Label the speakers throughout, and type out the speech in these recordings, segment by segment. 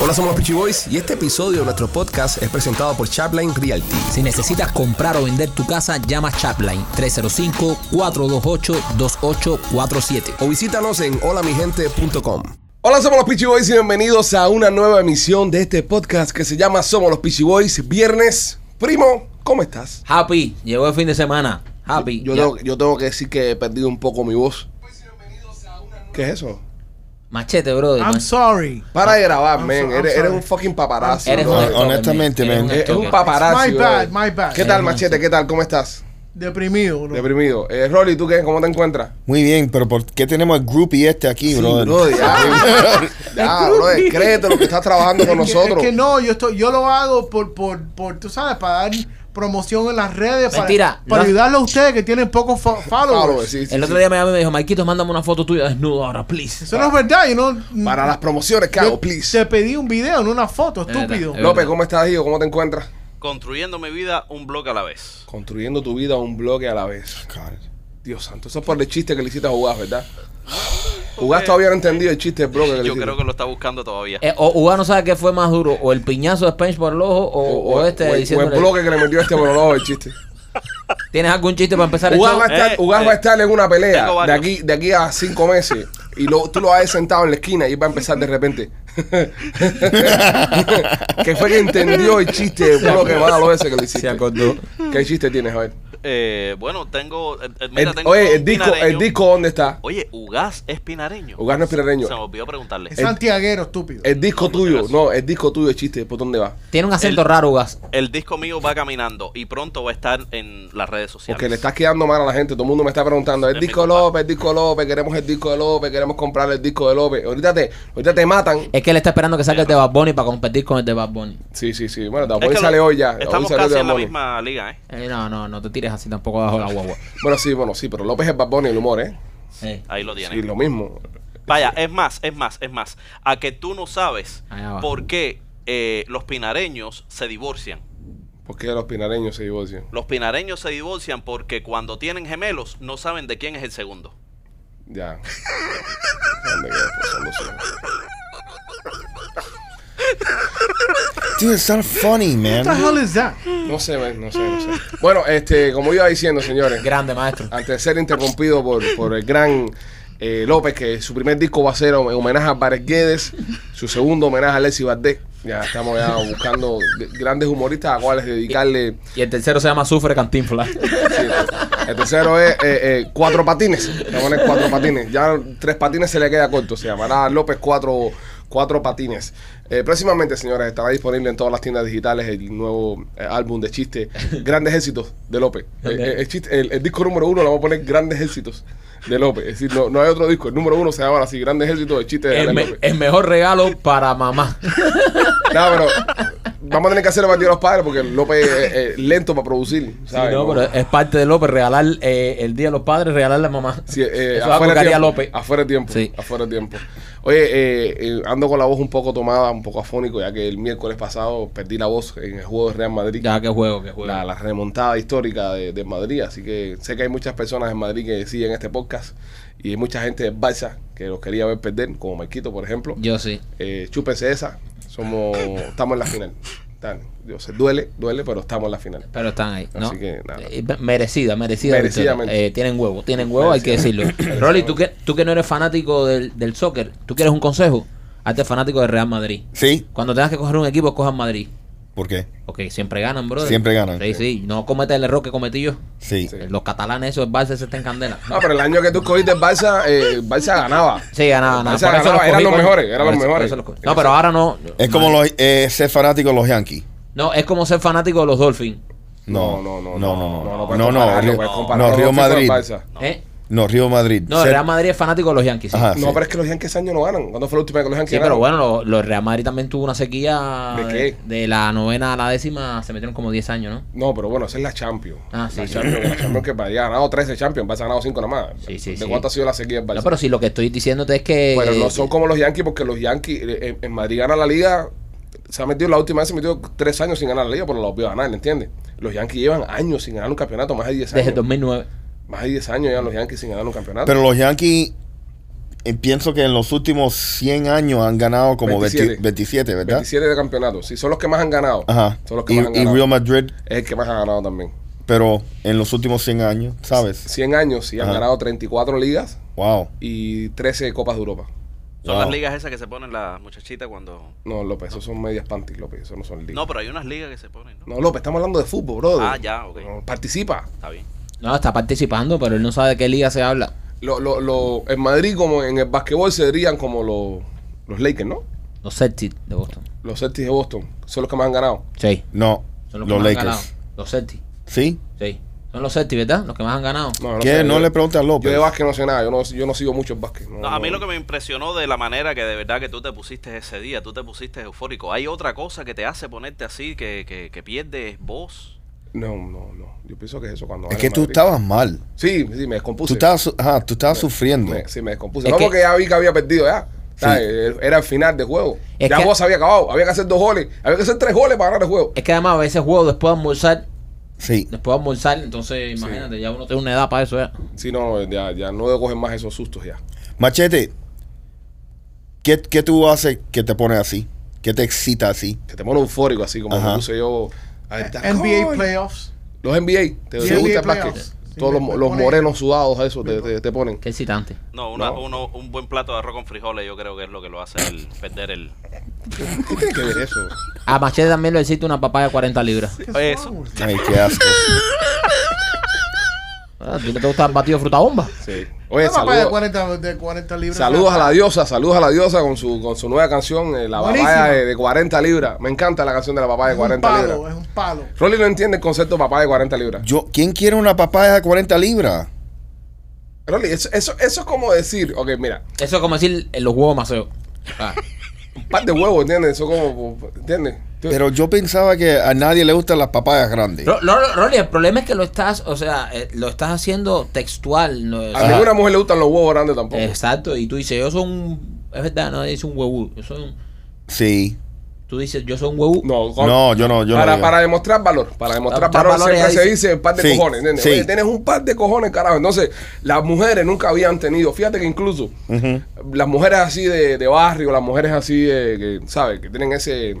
Speaker 1: Hola, somos los Peachy Boys y este episodio de nuestro podcast es presentado por Chapline Realty.
Speaker 2: Si necesitas comprar o vender tu casa, llama Chapline 305-428-2847.
Speaker 1: O visítanos en holamigente.com. Hola, somos los Peachy Boys y bienvenidos a una nueva emisión de este podcast que se llama Somos los Peachy Boys. Viernes, primo, ¿cómo estás?
Speaker 2: Happy, llegó el fin de semana. Happy.
Speaker 1: Yo
Speaker 2: Ya.
Speaker 1: tengo, yo tengo que decir que he perdido un poco mi voz. ¿Qué es eso?
Speaker 2: Machete, brother.
Speaker 3: I'm
Speaker 2: man.
Speaker 3: sorry.
Speaker 1: Para de grabar,
Speaker 3: I'm
Speaker 1: man.
Speaker 3: so- I'm
Speaker 1: eres, eres
Speaker 3: sorry.
Speaker 1: un fucking paparazzi.
Speaker 2: Eres
Speaker 1: bro.
Speaker 2: un
Speaker 4: Hon-
Speaker 2: stalker,
Speaker 4: honestamente,
Speaker 2: man. Eres un
Speaker 4: man.
Speaker 1: eh, Es un
Speaker 2: stalker.
Speaker 1: paparazzi.
Speaker 3: My bad,
Speaker 1: bro.
Speaker 3: my bad.
Speaker 1: ¿Qué tal, machete? ¿Qué tal? ¿Cómo estás?
Speaker 3: Deprimido, bro.
Speaker 1: Deprimido. Eh, Rolly, ¿tú qué? ¿Cómo te encuentras?
Speaker 4: Muy bien, pero ¿por qué tenemos el groupie este aquí, brother?
Speaker 1: bro, ya, ya, bro, créete lo que estás trabajando con
Speaker 3: Es que-
Speaker 1: nosotros.
Speaker 3: Es que no, yo estoy, yo lo hago por, por, por, tú sabes, para dar promoción en las redes. para-
Speaker 2: Mentira.
Speaker 3: Para,
Speaker 2: No.
Speaker 3: ayudarle a ustedes que tienen pocos fo-
Speaker 1: Claro,
Speaker 3: followers.
Speaker 1: sí, sí,
Speaker 2: El otro
Speaker 1: sí.
Speaker 2: día me llamó y me dijo, Marquitos, mándame una foto tuya desnudo ahora, please.
Speaker 3: Eso no es verdad, yo no.
Speaker 1: Para las promociones que hago,
Speaker 3: yo Te
Speaker 1: please.
Speaker 3: pedí un video, no una foto,
Speaker 2: verdad,
Speaker 3: estúpido.
Speaker 2: es
Speaker 1: López, ¿cómo estás, hijo? ¿Cómo te encuentras?
Speaker 5: Construyendo mi vida un bloque a la vez.
Speaker 1: Construyendo tu vida un bloque a la vez.
Speaker 4: God.
Speaker 1: Dios santo, eso es por el chiste que le hiciste a jugar, ¿verdad? Jugás todavía no entendido el chiste del bloque que le
Speaker 5: Yo
Speaker 1: hiciste.
Speaker 5: creo que lo está buscando todavía.
Speaker 2: Eh, o Uga no sabe qué fue más duro, o el piñazo de Spence por el ojo, o, o este
Speaker 1: o el- o el
Speaker 2: diciéndole,
Speaker 1: bloque que le metió este monólogo el chiste.
Speaker 2: ¿Tienes algún chiste para empezar el
Speaker 1: Ugas
Speaker 2: show?
Speaker 1: va, a estar,
Speaker 5: Eh,
Speaker 1: Ugas
Speaker 5: eh.
Speaker 1: va a estar en una pelea
Speaker 5: Tengo
Speaker 1: de
Speaker 5: varios.
Speaker 1: aquí, de aquí a cinco meses y lo- tú lo vas a ver sentado en la esquina y va a empezar de repente. que fue que entendió el chiste de bloque malo ese que le hiciste.
Speaker 2: Se acordó.
Speaker 1: ¿Qué chiste tienes, a ver?
Speaker 5: Eh, bueno, tengo. eh, eh, mira,
Speaker 1: El-
Speaker 5: tengo
Speaker 1: oye,
Speaker 5: un
Speaker 1: el disco, el
Speaker 5: pinareño.
Speaker 1: disco ¿dónde está?
Speaker 5: Oye, Ugaz es pinareño.
Speaker 1: Ugaz no es pinareño.
Speaker 5: Se me olvidó preguntarle.
Speaker 3: Es santiaguero, estúpido.
Speaker 1: El disco tuyo, no, el disco tuyo, el chiste, ¿por dónde va?
Speaker 2: Tiene un acento
Speaker 5: El-
Speaker 2: raro, Ugas.
Speaker 5: El disco mío va caminando y pronto va a estar en las redes sociales.
Speaker 1: Porque le estás quedando mal a la gente, todo el mundo me está preguntando, el
Speaker 5: Es mi
Speaker 1: disco de
Speaker 5: culpa.
Speaker 1: López, el disco de López, queremos el disco de López, queremos comprar el disco de López. Ahorita te, ahorita te matan.
Speaker 2: Es que él está esperando que salga el de Bad Bunny para competir con el de Bad Bunny.
Speaker 1: Sí, sí, sí. Bueno,
Speaker 5: Es
Speaker 1: tampoco
Speaker 5: que lo-
Speaker 1: sale hoy ya. hoy
Speaker 5: Estamos
Speaker 1: sale
Speaker 5: casi
Speaker 1: de
Speaker 5: en la
Speaker 1: Bonnie.
Speaker 5: misma liga, ¿eh?
Speaker 2: Eh, no, no, no te tires así tampoco bajo la guagua.
Speaker 1: Bueno, sí, bueno, sí, pero López es Bad Bunny el humor, ¿eh?
Speaker 2: Eh,
Speaker 5: Ahí lo
Speaker 1: Sí,
Speaker 5: tienes.
Speaker 1: lo mismo.
Speaker 5: Vaya, es más, es más, es más. A que tú no sabes
Speaker 2: Allá va.
Speaker 5: por qué eh, los pinareños se divorcian.
Speaker 1: ¿Por qué los pinareños se divorcian?
Speaker 5: Los pinareños se divorcian porque cuando tienen gemelos no saben de quién es el segundo.
Speaker 1: Ya. ¿Dónde quedó Pues pasando eso?
Speaker 4: Dude, it's not funny,
Speaker 3: What the
Speaker 4: man.
Speaker 3: hell is that?
Speaker 1: No sé, ven, no sé, no sé. Bueno, este, como iba diciendo, señores,
Speaker 2: Grande, maestro.
Speaker 1: antes de ser interrumpido por, por el gran eh, López, que su primer disco va a ser hom- homenaje a Párez Guedes, su segundo homenaje a Leslie Valdés. Ya estamos ya buscando g- grandes humoristas a cuales dedicarle.
Speaker 2: Y el tercero se llama Sufre Cantinfla.
Speaker 1: Sí, el tercero es eh, eh, cuatro patines. Le voy a poner cuatro patines. Ya tres patines se le queda corto. Se llamará López cuatro, cuatro patines. Eh, próximamente, señores, estará disponible en todas las tiendas digitales el nuevo eh, álbum de chistes Grandes éxitos de López. Eh, eh, el, chiste- el- el disco número uno lo vamos a poner Grandes éxitos de López. Es decir, no, no hay otro disco. El número uno se llama así Grandes éxitos de chistes de
Speaker 2: El, me-
Speaker 1: Alex López.
Speaker 2: el mejor regalo para mamá.
Speaker 1: No, pero vamos a tener que hacer el partido de los padres porque López es eh, lento para producir.
Speaker 2: Sí,
Speaker 1: ¿sabes?
Speaker 2: no,
Speaker 1: No.
Speaker 2: pero es parte de López regalar eh, el día de los padres, regalarle a mamá.
Speaker 1: Sí, eh,
Speaker 2: Eso es algo
Speaker 1: afuera,
Speaker 2: que
Speaker 1: de
Speaker 2: haría
Speaker 1: tiempo,
Speaker 2: López.
Speaker 1: afuera de tiempo.
Speaker 2: Sí.
Speaker 1: Afuera de tiempo. Oye, eh, eh, ando con la voz un poco tomada, un poco afónico, ya que el miércoles pasado perdí la voz en el juego de Real Madrid.
Speaker 2: Ya, qué juego, qué juego.
Speaker 1: La, la remontada histórica de, de Madrid. Así que sé que hay muchas personas en Madrid que siguen este podcast. Y hay mucha gente de Barça que los quería ver perder, como Marquito, por ejemplo.
Speaker 2: Yo sí.
Speaker 1: Eh, chúpense esa. Somos, estamos en la final. Están- Dios, duele, duele, pero estamos en la final.
Speaker 2: Pero están ahí. ¿no?
Speaker 1: Así que, nada.
Speaker 2: Eh, merecida, merecida.
Speaker 1: Merecidamente.
Speaker 2: victoria. Eh, tienen huevo, tienen huevo, hay que decirlo. Rolly, tú que, tú que no eres fanático del, del soccer, ¿tú quieres un consejo? Hazte fanático del Real Madrid.
Speaker 4: Sí,
Speaker 2: Cuando tengas que coger un equipo, cojan Madrid.
Speaker 4: ¿por qué?
Speaker 2: Ok, siempre ganan, brother.
Speaker 4: Siempre ganan.
Speaker 2: Sí, sí. No comete el error que cometí yo.
Speaker 4: Sí.
Speaker 1: Sí.
Speaker 2: Los catalanes, esos, el Barça, ese está en candela.
Speaker 1: Ah, pero el año que tú cogiste el Barça, eh, el Barça ganaba.
Speaker 2: Sí, ganaba, nada.
Speaker 1: Barça ganaba, eran los mejores, eran los mejores.
Speaker 2: No, pero ahora no.
Speaker 4: Es como los, eh, ser fanático de los Yankees.
Speaker 2: No, es como ser fanático de los Dolphins.
Speaker 4: No,
Speaker 1: No, no, no,
Speaker 4: no,
Speaker 1: no, no, no
Speaker 4: no,
Speaker 1: puedes
Speaker 4: no,
Speaker 1: comparar, no
Speaker 4: Río-
Speaker 1: puedes
Speaker 4: no,
Speaker 1: comparar los
Speaker 4: Río
Speaker 1: dos tipos de
Speaker 4: Madrid,
Speaker 1: Barça.
Speaker 2: No,
Speaker 4: no, Río Madrid.
Speaker 2: ¿eh? no el
Speaker 4: Ser-
Speaker 2: Real Madrid es fanático de los Yankees. sí.
Speaker 4: Ajá.
Speaker 1: No,
Speaker 4: Ah, Sí.
Speaker 1: pero es que los Yankees ese año no ganan. ¿Cuándo fue la última vez que los Yankees
Speaker 2: Sí, pero
Speaker 1: ganaron?
Speaker 2: bueno, los lo Real Madrid también tuvo una sequía.
Speaker 1: ¿De qué?
Speaker 2: de la novena a la décima se metieron como 10 años, ¿no?
Speaker 1: No, pero bueno, esa es la Champions.
Speaker 2: Ah, sí,
Speaker 1: La
Speaker 2: sí.
Speaker 1: Champions, la Champions que para allá ha ganado 13 Champions, Barça ha ganado 5 nada más.
Speaker 2: Sí, sí,
Speaker 1: ¿De
Speaker 2: sí.
Speaker 1: cuánto ha sido la sequía el Barça?
Speaker 2: No, pero sí, lo que estoy diciéndote es que.
Speaker 1: Pero no son como los Yankees, porque los Yankees, eh, en, en Madrid gana la liga, se ha metido, la última vez se metió 3 años sin ganar la liga, pero la vio ganar, ¿entiendes? Los Yankees llevan años sin ganar un campeonato, más de 10
Speaker 2: Desde el
Speaker 1: años.
Speaker 2: 2009.
Speaker 1: Más de 10 años llevan los Yankees sin ganar un campeonato.
Speaker 4: Pero los Yankees eh, pienso que en los últimos 100 años han ganado como
Speaker 1: 27.
Speaker 4: 20 27, ¿verdad?
Speaker 1: 27 de campeonato. Sí, son los que más han ganado.
Speaker 4: Ajá.
Speaker 1: Son los que
Speaker 4: Y,
Speaker 1: más han
Speaker 4: y
Speaker 1: ganado.
Speaker 4: Real Madrid,
Speaker 1: Es el que más ha ganado también.
Speaker 4: pero en los últimos 100 años, ¿sabes?
Speaker 1: 100 años y han
Speaker 4: Ajá.
Speaker 1: ganado 34 ligas
Speaker 4: Wow.
Speaker 1: y 13 Copas de Europa.
Speaker 5: Son
Speaker 4: Wow.
Speaker 5: las ligas esas que se ponen las muchachitas cuando.
Speaker 1: No, López, esos son medias panties, López, esos no son ligas.
Speaker 5: No, pero hay unas ligas que se ponen, ¿no?
Speaker 1: No, López, estamos hablando de fútbol, brother.
Speaker 5: Ah, ya, ok.
Speaker 1: No, participa.
Speaker 5: Está bien.
Speaker 2: No, está participando, pero él no sabe de qué liga se habla.
Speaker 1: Lo, lo, lo- en Madrid, como en el basquetbol, se dirían como los, los Lakers, ¿no?
Speaker 2: Los Celtics de Boston.
Speaker 1: Los Celtics de Boston. Son los que más han ganado.
Speaker 2: Sí.
Speaker 4: No,
Speaker 2: Son
Speaker 4: los,
Speaker 2: los, que más han ganado.
Speaker 4: Lakers.
Speaker 2: Los Celtics.
Speaker 4: ¿Sí?
Speaker 2: Sí. Son los Celtics, ¿verdad? Los que más han ganado.
Speaker 1: No,
Speaker 4: ¿Qué?
Speaker 1: sé,
Speaker 4: No
Speaker 1: yo-
Speaker 4: le preguntas a
Speaker 1: Yo
Speaker 4: López.
Speaker 1: de básquet no sé nada. Yo no, yo no sigo mucho el básquet. No,
Speaker 5: No, a mí
Speaker 1: no.
Speaker 5: lo que me impresionó de la manera que de verdad que tú te pusiste ese día, tú te pusiste eufórico. ¿Hay otra cosa que te hace ponerte así, que, que, que pierdes voz?
Speaker 1: No, no, no. Yo pienso que es eso cuando.
Speaker 4: Es
Speaker 1: gana
Speaker 4: que
Speaker 1: el
Speaker 4: tú
Speaker 1: Madrid.
Speaker 4: estabas mal.
Speaker 1: Sí, sí, me descompuse.
Speaker 4: Tú estabas, su- ajá, tú estabas sufriendo.
Speaker 1: Me- sí, me descompuse.
Speaker 2: Es
Speaker 1: no,
Speaker 2: que-
Speaker 1: porque ya vi que había perdido ya.
Speaker 4: Sí.
Speaker 1: ¿Sabes? Eh, Era el final del juego.
Speaker 2: Es
Speaker 1: ya
Speaker 2: que-
Speaker 1: el juego se había acabado. Había que hacer dos goles. Había que hacer tres goles para ganar el juego.
Speaker 2: Es que además a veces juego después de almorzar.
Speaker 4: Sí.
Speaker 2: Después de almorzar, entonces imagínate, ya uno tiene una edad para eso ya.
Speaker 1: Sí, no, ya, ya no debo coger más esos sustos ya.
Speaker 4: Machete, ¿qué, qué tú haces que te pone así? ¿Qué te excita así?
Speaker 1: Que te pone eufórico así como
Speaker 4: Ajá.
Speaker 1: me puse yo. A ver,
Speaker 3: NBA
Speaker 1: coño.
Speaker 3: playoffs.
Speaker 1: Los NBA. Te
Speaker 3: Sí,
Speaker 1: te
Speaker 3: NBA
Speaker 1: gusta el básquet.
Speaker 3: playoffs. Sí,
Speaker 1: Todos
Speaker 3: me-
Speaker 1: los,
Speaker 3: me
Speaker 1: los
Speaker 3: pone-
Speaker 1: morenos sudados, eso te, te- te ponen.
Speaker 2: Qué excitante.
Speaker 5: No, una-
Speaker 1: No.
Speaker 5: Uno, un buen plato de arroz con frijoles yo creo que es lo que lo hace el perder el...
Speaker 1: ¿Qué tiene que ver eso?
Speaker 2: A Machete también le existe una papaya de 40 libras.
Speaker 3: ¿Qué
Speaker 5: Eso.
Speaker 3: son?
Speaker 4: Ay, qué asco.
Speaker 2: Ah, ¿Tú no te gusta el batido de fruta bomba?
Speaker 1: Sí. Oye,
Speaker 3: Una papaya de
Speaker 1: saludos.
Speaker 3: 40, de 40 libras.
Speaker 1: Saludos a la diosa, saludos a la diosa con su, con su nueva canción, eh, La
Speaker 3: Buenísima.
Speaker 1: Papaya de, de 40 libras. Me encanta la canción de la papaya de
Speaker 3: Es un
Speaker 1: 40
Speaker 3: palo,
Speaker 1: libras.
Speaker 3: es un palo.
Speaker 1: Rolly no entiende el concepto de papaya de 40 libras.
Speaker 4: Yo, ¿Quién quiere una papaya de 40 libras?
Speaker 1: Rolly, eso, eso, eso es como decir, ok, mira,
Speaker 2: Eso es como decir eh, los huevos maceo. Ah,
Speaker 1: un par de huevos, ¿entiendes? Eso como, ¿entiendes? Tú-
Speaker 4: Pero yo pensaba que a nadie le gustan las papayas grandes.
Speaker 2: Ro- Ro- Ro- Rolly, el problema es que lo estás, o sea, eh, lo estás haciendo textual. no- o
Speaker 1: a
Speaker 2: sea,
Speaker 4: ah,
Speaker 1: ninguna mujer le gustan los huevos grandes tampoco.
Speaker 2: Exacto, y tú dices, yo soy un. Es verdad, no dice un huevú. Yo soy un-
Speaker 4: Sí.
Speaker 2: tú dices, yo soy un huevú.
Speaker 1: No, con-
Speaker 4: No, yo no, yo
Speaker 1: para,
Speaker 4: no. digo.
Speaker 1: para demostrar valor, para demostrar
Speaker 2: Para
Speaker 1: valor,
Speaker 2: demostrar valor,
Speaker 1: siempre
Speaker 2: ella
Speaker 1: se
Speaker 2: dice-
Speaker 1: dice un par de
Speaker 4: Sí,
Speaker 1: cojones, ¿entiendes?
Speaker 4: sí.
Speaker 1: Oye, tienes un par de cojones, carajo. Entonces, las mujeres nunca habían tenido, fíjate que incluso
Speaker 4: Ujú.
Speaker 1: las mujeres así de, de barrio, las mujeres así de, que, ¿sabes? Que tienen ese,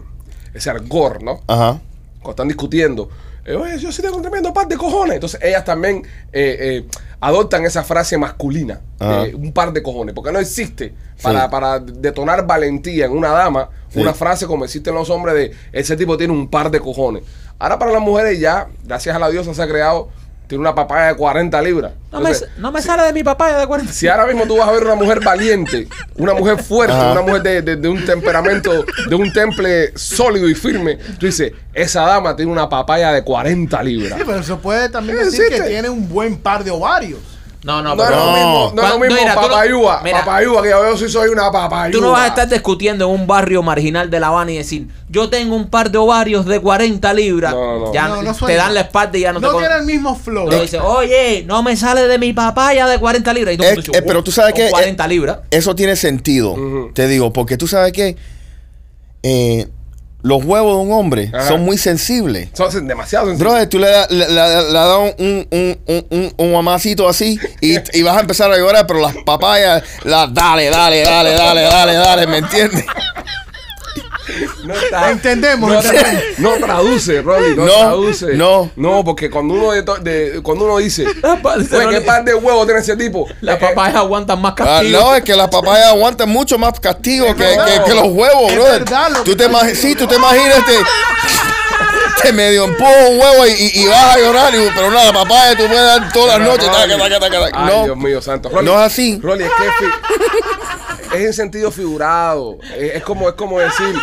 Speaker 1: ese argor, ¿no?
Speaker 4: Ajá.
Speaker 1: Cuando están discutiendo. eh, Oye, yo sí tengo un tremendo par de cojones. Entonces ellas también eh, eh, adoptan esa frase masculina,
Speaker 4: Ajá.
Speaker 1: eh, un par de cojones, porque no existe para,
Speaker 4: Sí.
Speaker 1: para detonar valentía en una dama
Speaker 4: Sí.
Speaker 1: una frase como existen los hombres de ese tipo tiene un par de cojones. Ahora para las mujeres ya, gracias a la diosa se ha creado, tiene una papaya de 40 libras.
Speaker 2: No pues, me,
Speaker 1: Entonces,
Speaker 2: no me sale de mi papaya de 40.
Speaker 1: si ahora mismo tú vas a ver una mujer valiente, una mujer fuerte,
Speaker 4: Ajá.
Speaker 1: una mujer de, de- de un temperamento, de un temple sólido y firme, tú dices, esa dama tiene una papaya de 40 libras.
Speaker 3: Sí, pero se puede también
Speaker 1: ¿Qué
Speaker 3: decir
Speaker 1: existe?
Speaker 3: que tiene un buen par de ovarios.
Speaker 2: No, no,
Speaker 1: No es
Speaker 2: pero.
Speaker 1: lo
Speaker 4: No.
Speaker 1: mismo, no es lo
Speaker 2: Cuando-
Speaker 1: mismo
Speaker 2: mira, tú no-
Speaker 1: papayúa,
Speaker 2: mira.
Speaker 1: papayúa, que yo sí soy una papayúa.
Speaker 2: Tú no vas a estar discutiendo en un barrio marginal de La Habana y decir, yo tengo un par de ovarios de 40 libras.
Speaker 1: No, no.
Speaker 2: Ya
Speaker 3: No, no
Speaker 2: te
Speaker 3: suena.
Speaker 2: dan la espalda y ya no,
Speaker 3: No,
Speaker 2: te
Speaker 3: tiene el
Speaker 2: cogen.
Speaker 3: mismo flow.
Speaker 2: Pero dices, oye, no me sale de mi papaya de 40 libras. Y tú,
Speaker 4: Eh,
Speaker 2: dices,
Speaker 4: eh, pero tú sabes
Speaker 2: "Son
Speaker 4: que-
Speaker 2: 40 libras.
Speaker 4: Eso tiene sentido.
Speaker 1: Ujú.
Speaker 4: Te digo, porque tú sabes que eh, los huevos de un hombre
Speaker 1: Ajá.
Speaker 4: son muy sensibles.
Speaker 1: Son demasiado sencillos.
Speaker 4: Brother, tú le das le- le- le das un, un, un, un, un mamacito así y, y vas a empezar a llorar, pero las papayas, las dale, dale, dale, dale, dale, dale, ¿me entiendes?
Speaker 1: No está-
Speaker 3: Entendemos,
Speaker 1: No,
Speaker 3: entendemos.
Speaker 1: no traduce, Rolly, no,
Speaker 4: No,
Speaker 1: traduce.
Speaker 4: no.
Speaker 1: No, porque cuando uno, de to- de- cuando uno dice,
Speaker 2: La pa- dice,
Speaker 1: oye, ¿qué
Speaker 2: Rolly,
Speaker 1: par de huevos tiene ese tipo?
Speaker 2: Las
Speaker 1: Eh, eh,
Speaker 2: papayas aguantan más
Speaker 4: Ah,
Speaker 2: castigo.
Speaker 4: no, es que las papayas aguantan mucho más castigo que,
Speaker 1: verdad.
Speaker 4: que- que los huevos,
Speaker 3: Es
Speaker 4: brother.
Speaker 3: verdad lo
Speaker 4: tú
Speaker 3: que
Speaker 4: te
Speaker 3: tú
Speaker 4: imag-
Speaker 3: dices.
Speaker 4: sí, tú te imaginas te, te medio empujo un huevo y, y- y vas a llorar, y- pero nada, papaya tú puedes dar todas las
Speaker 1: Pero,
Speaker 4: noches. taca,
Speaker 1: Rolly,
Speaker 4: taca, taca, taca.
Speaker 1: Ay,
Speaker 4: No,
Speaker 1: Dios mío, santo.
Speaker 4: No es así.
Speaker 1: Rolly, es que es, fi- es en sentido figurado. Es, es como, es como decir,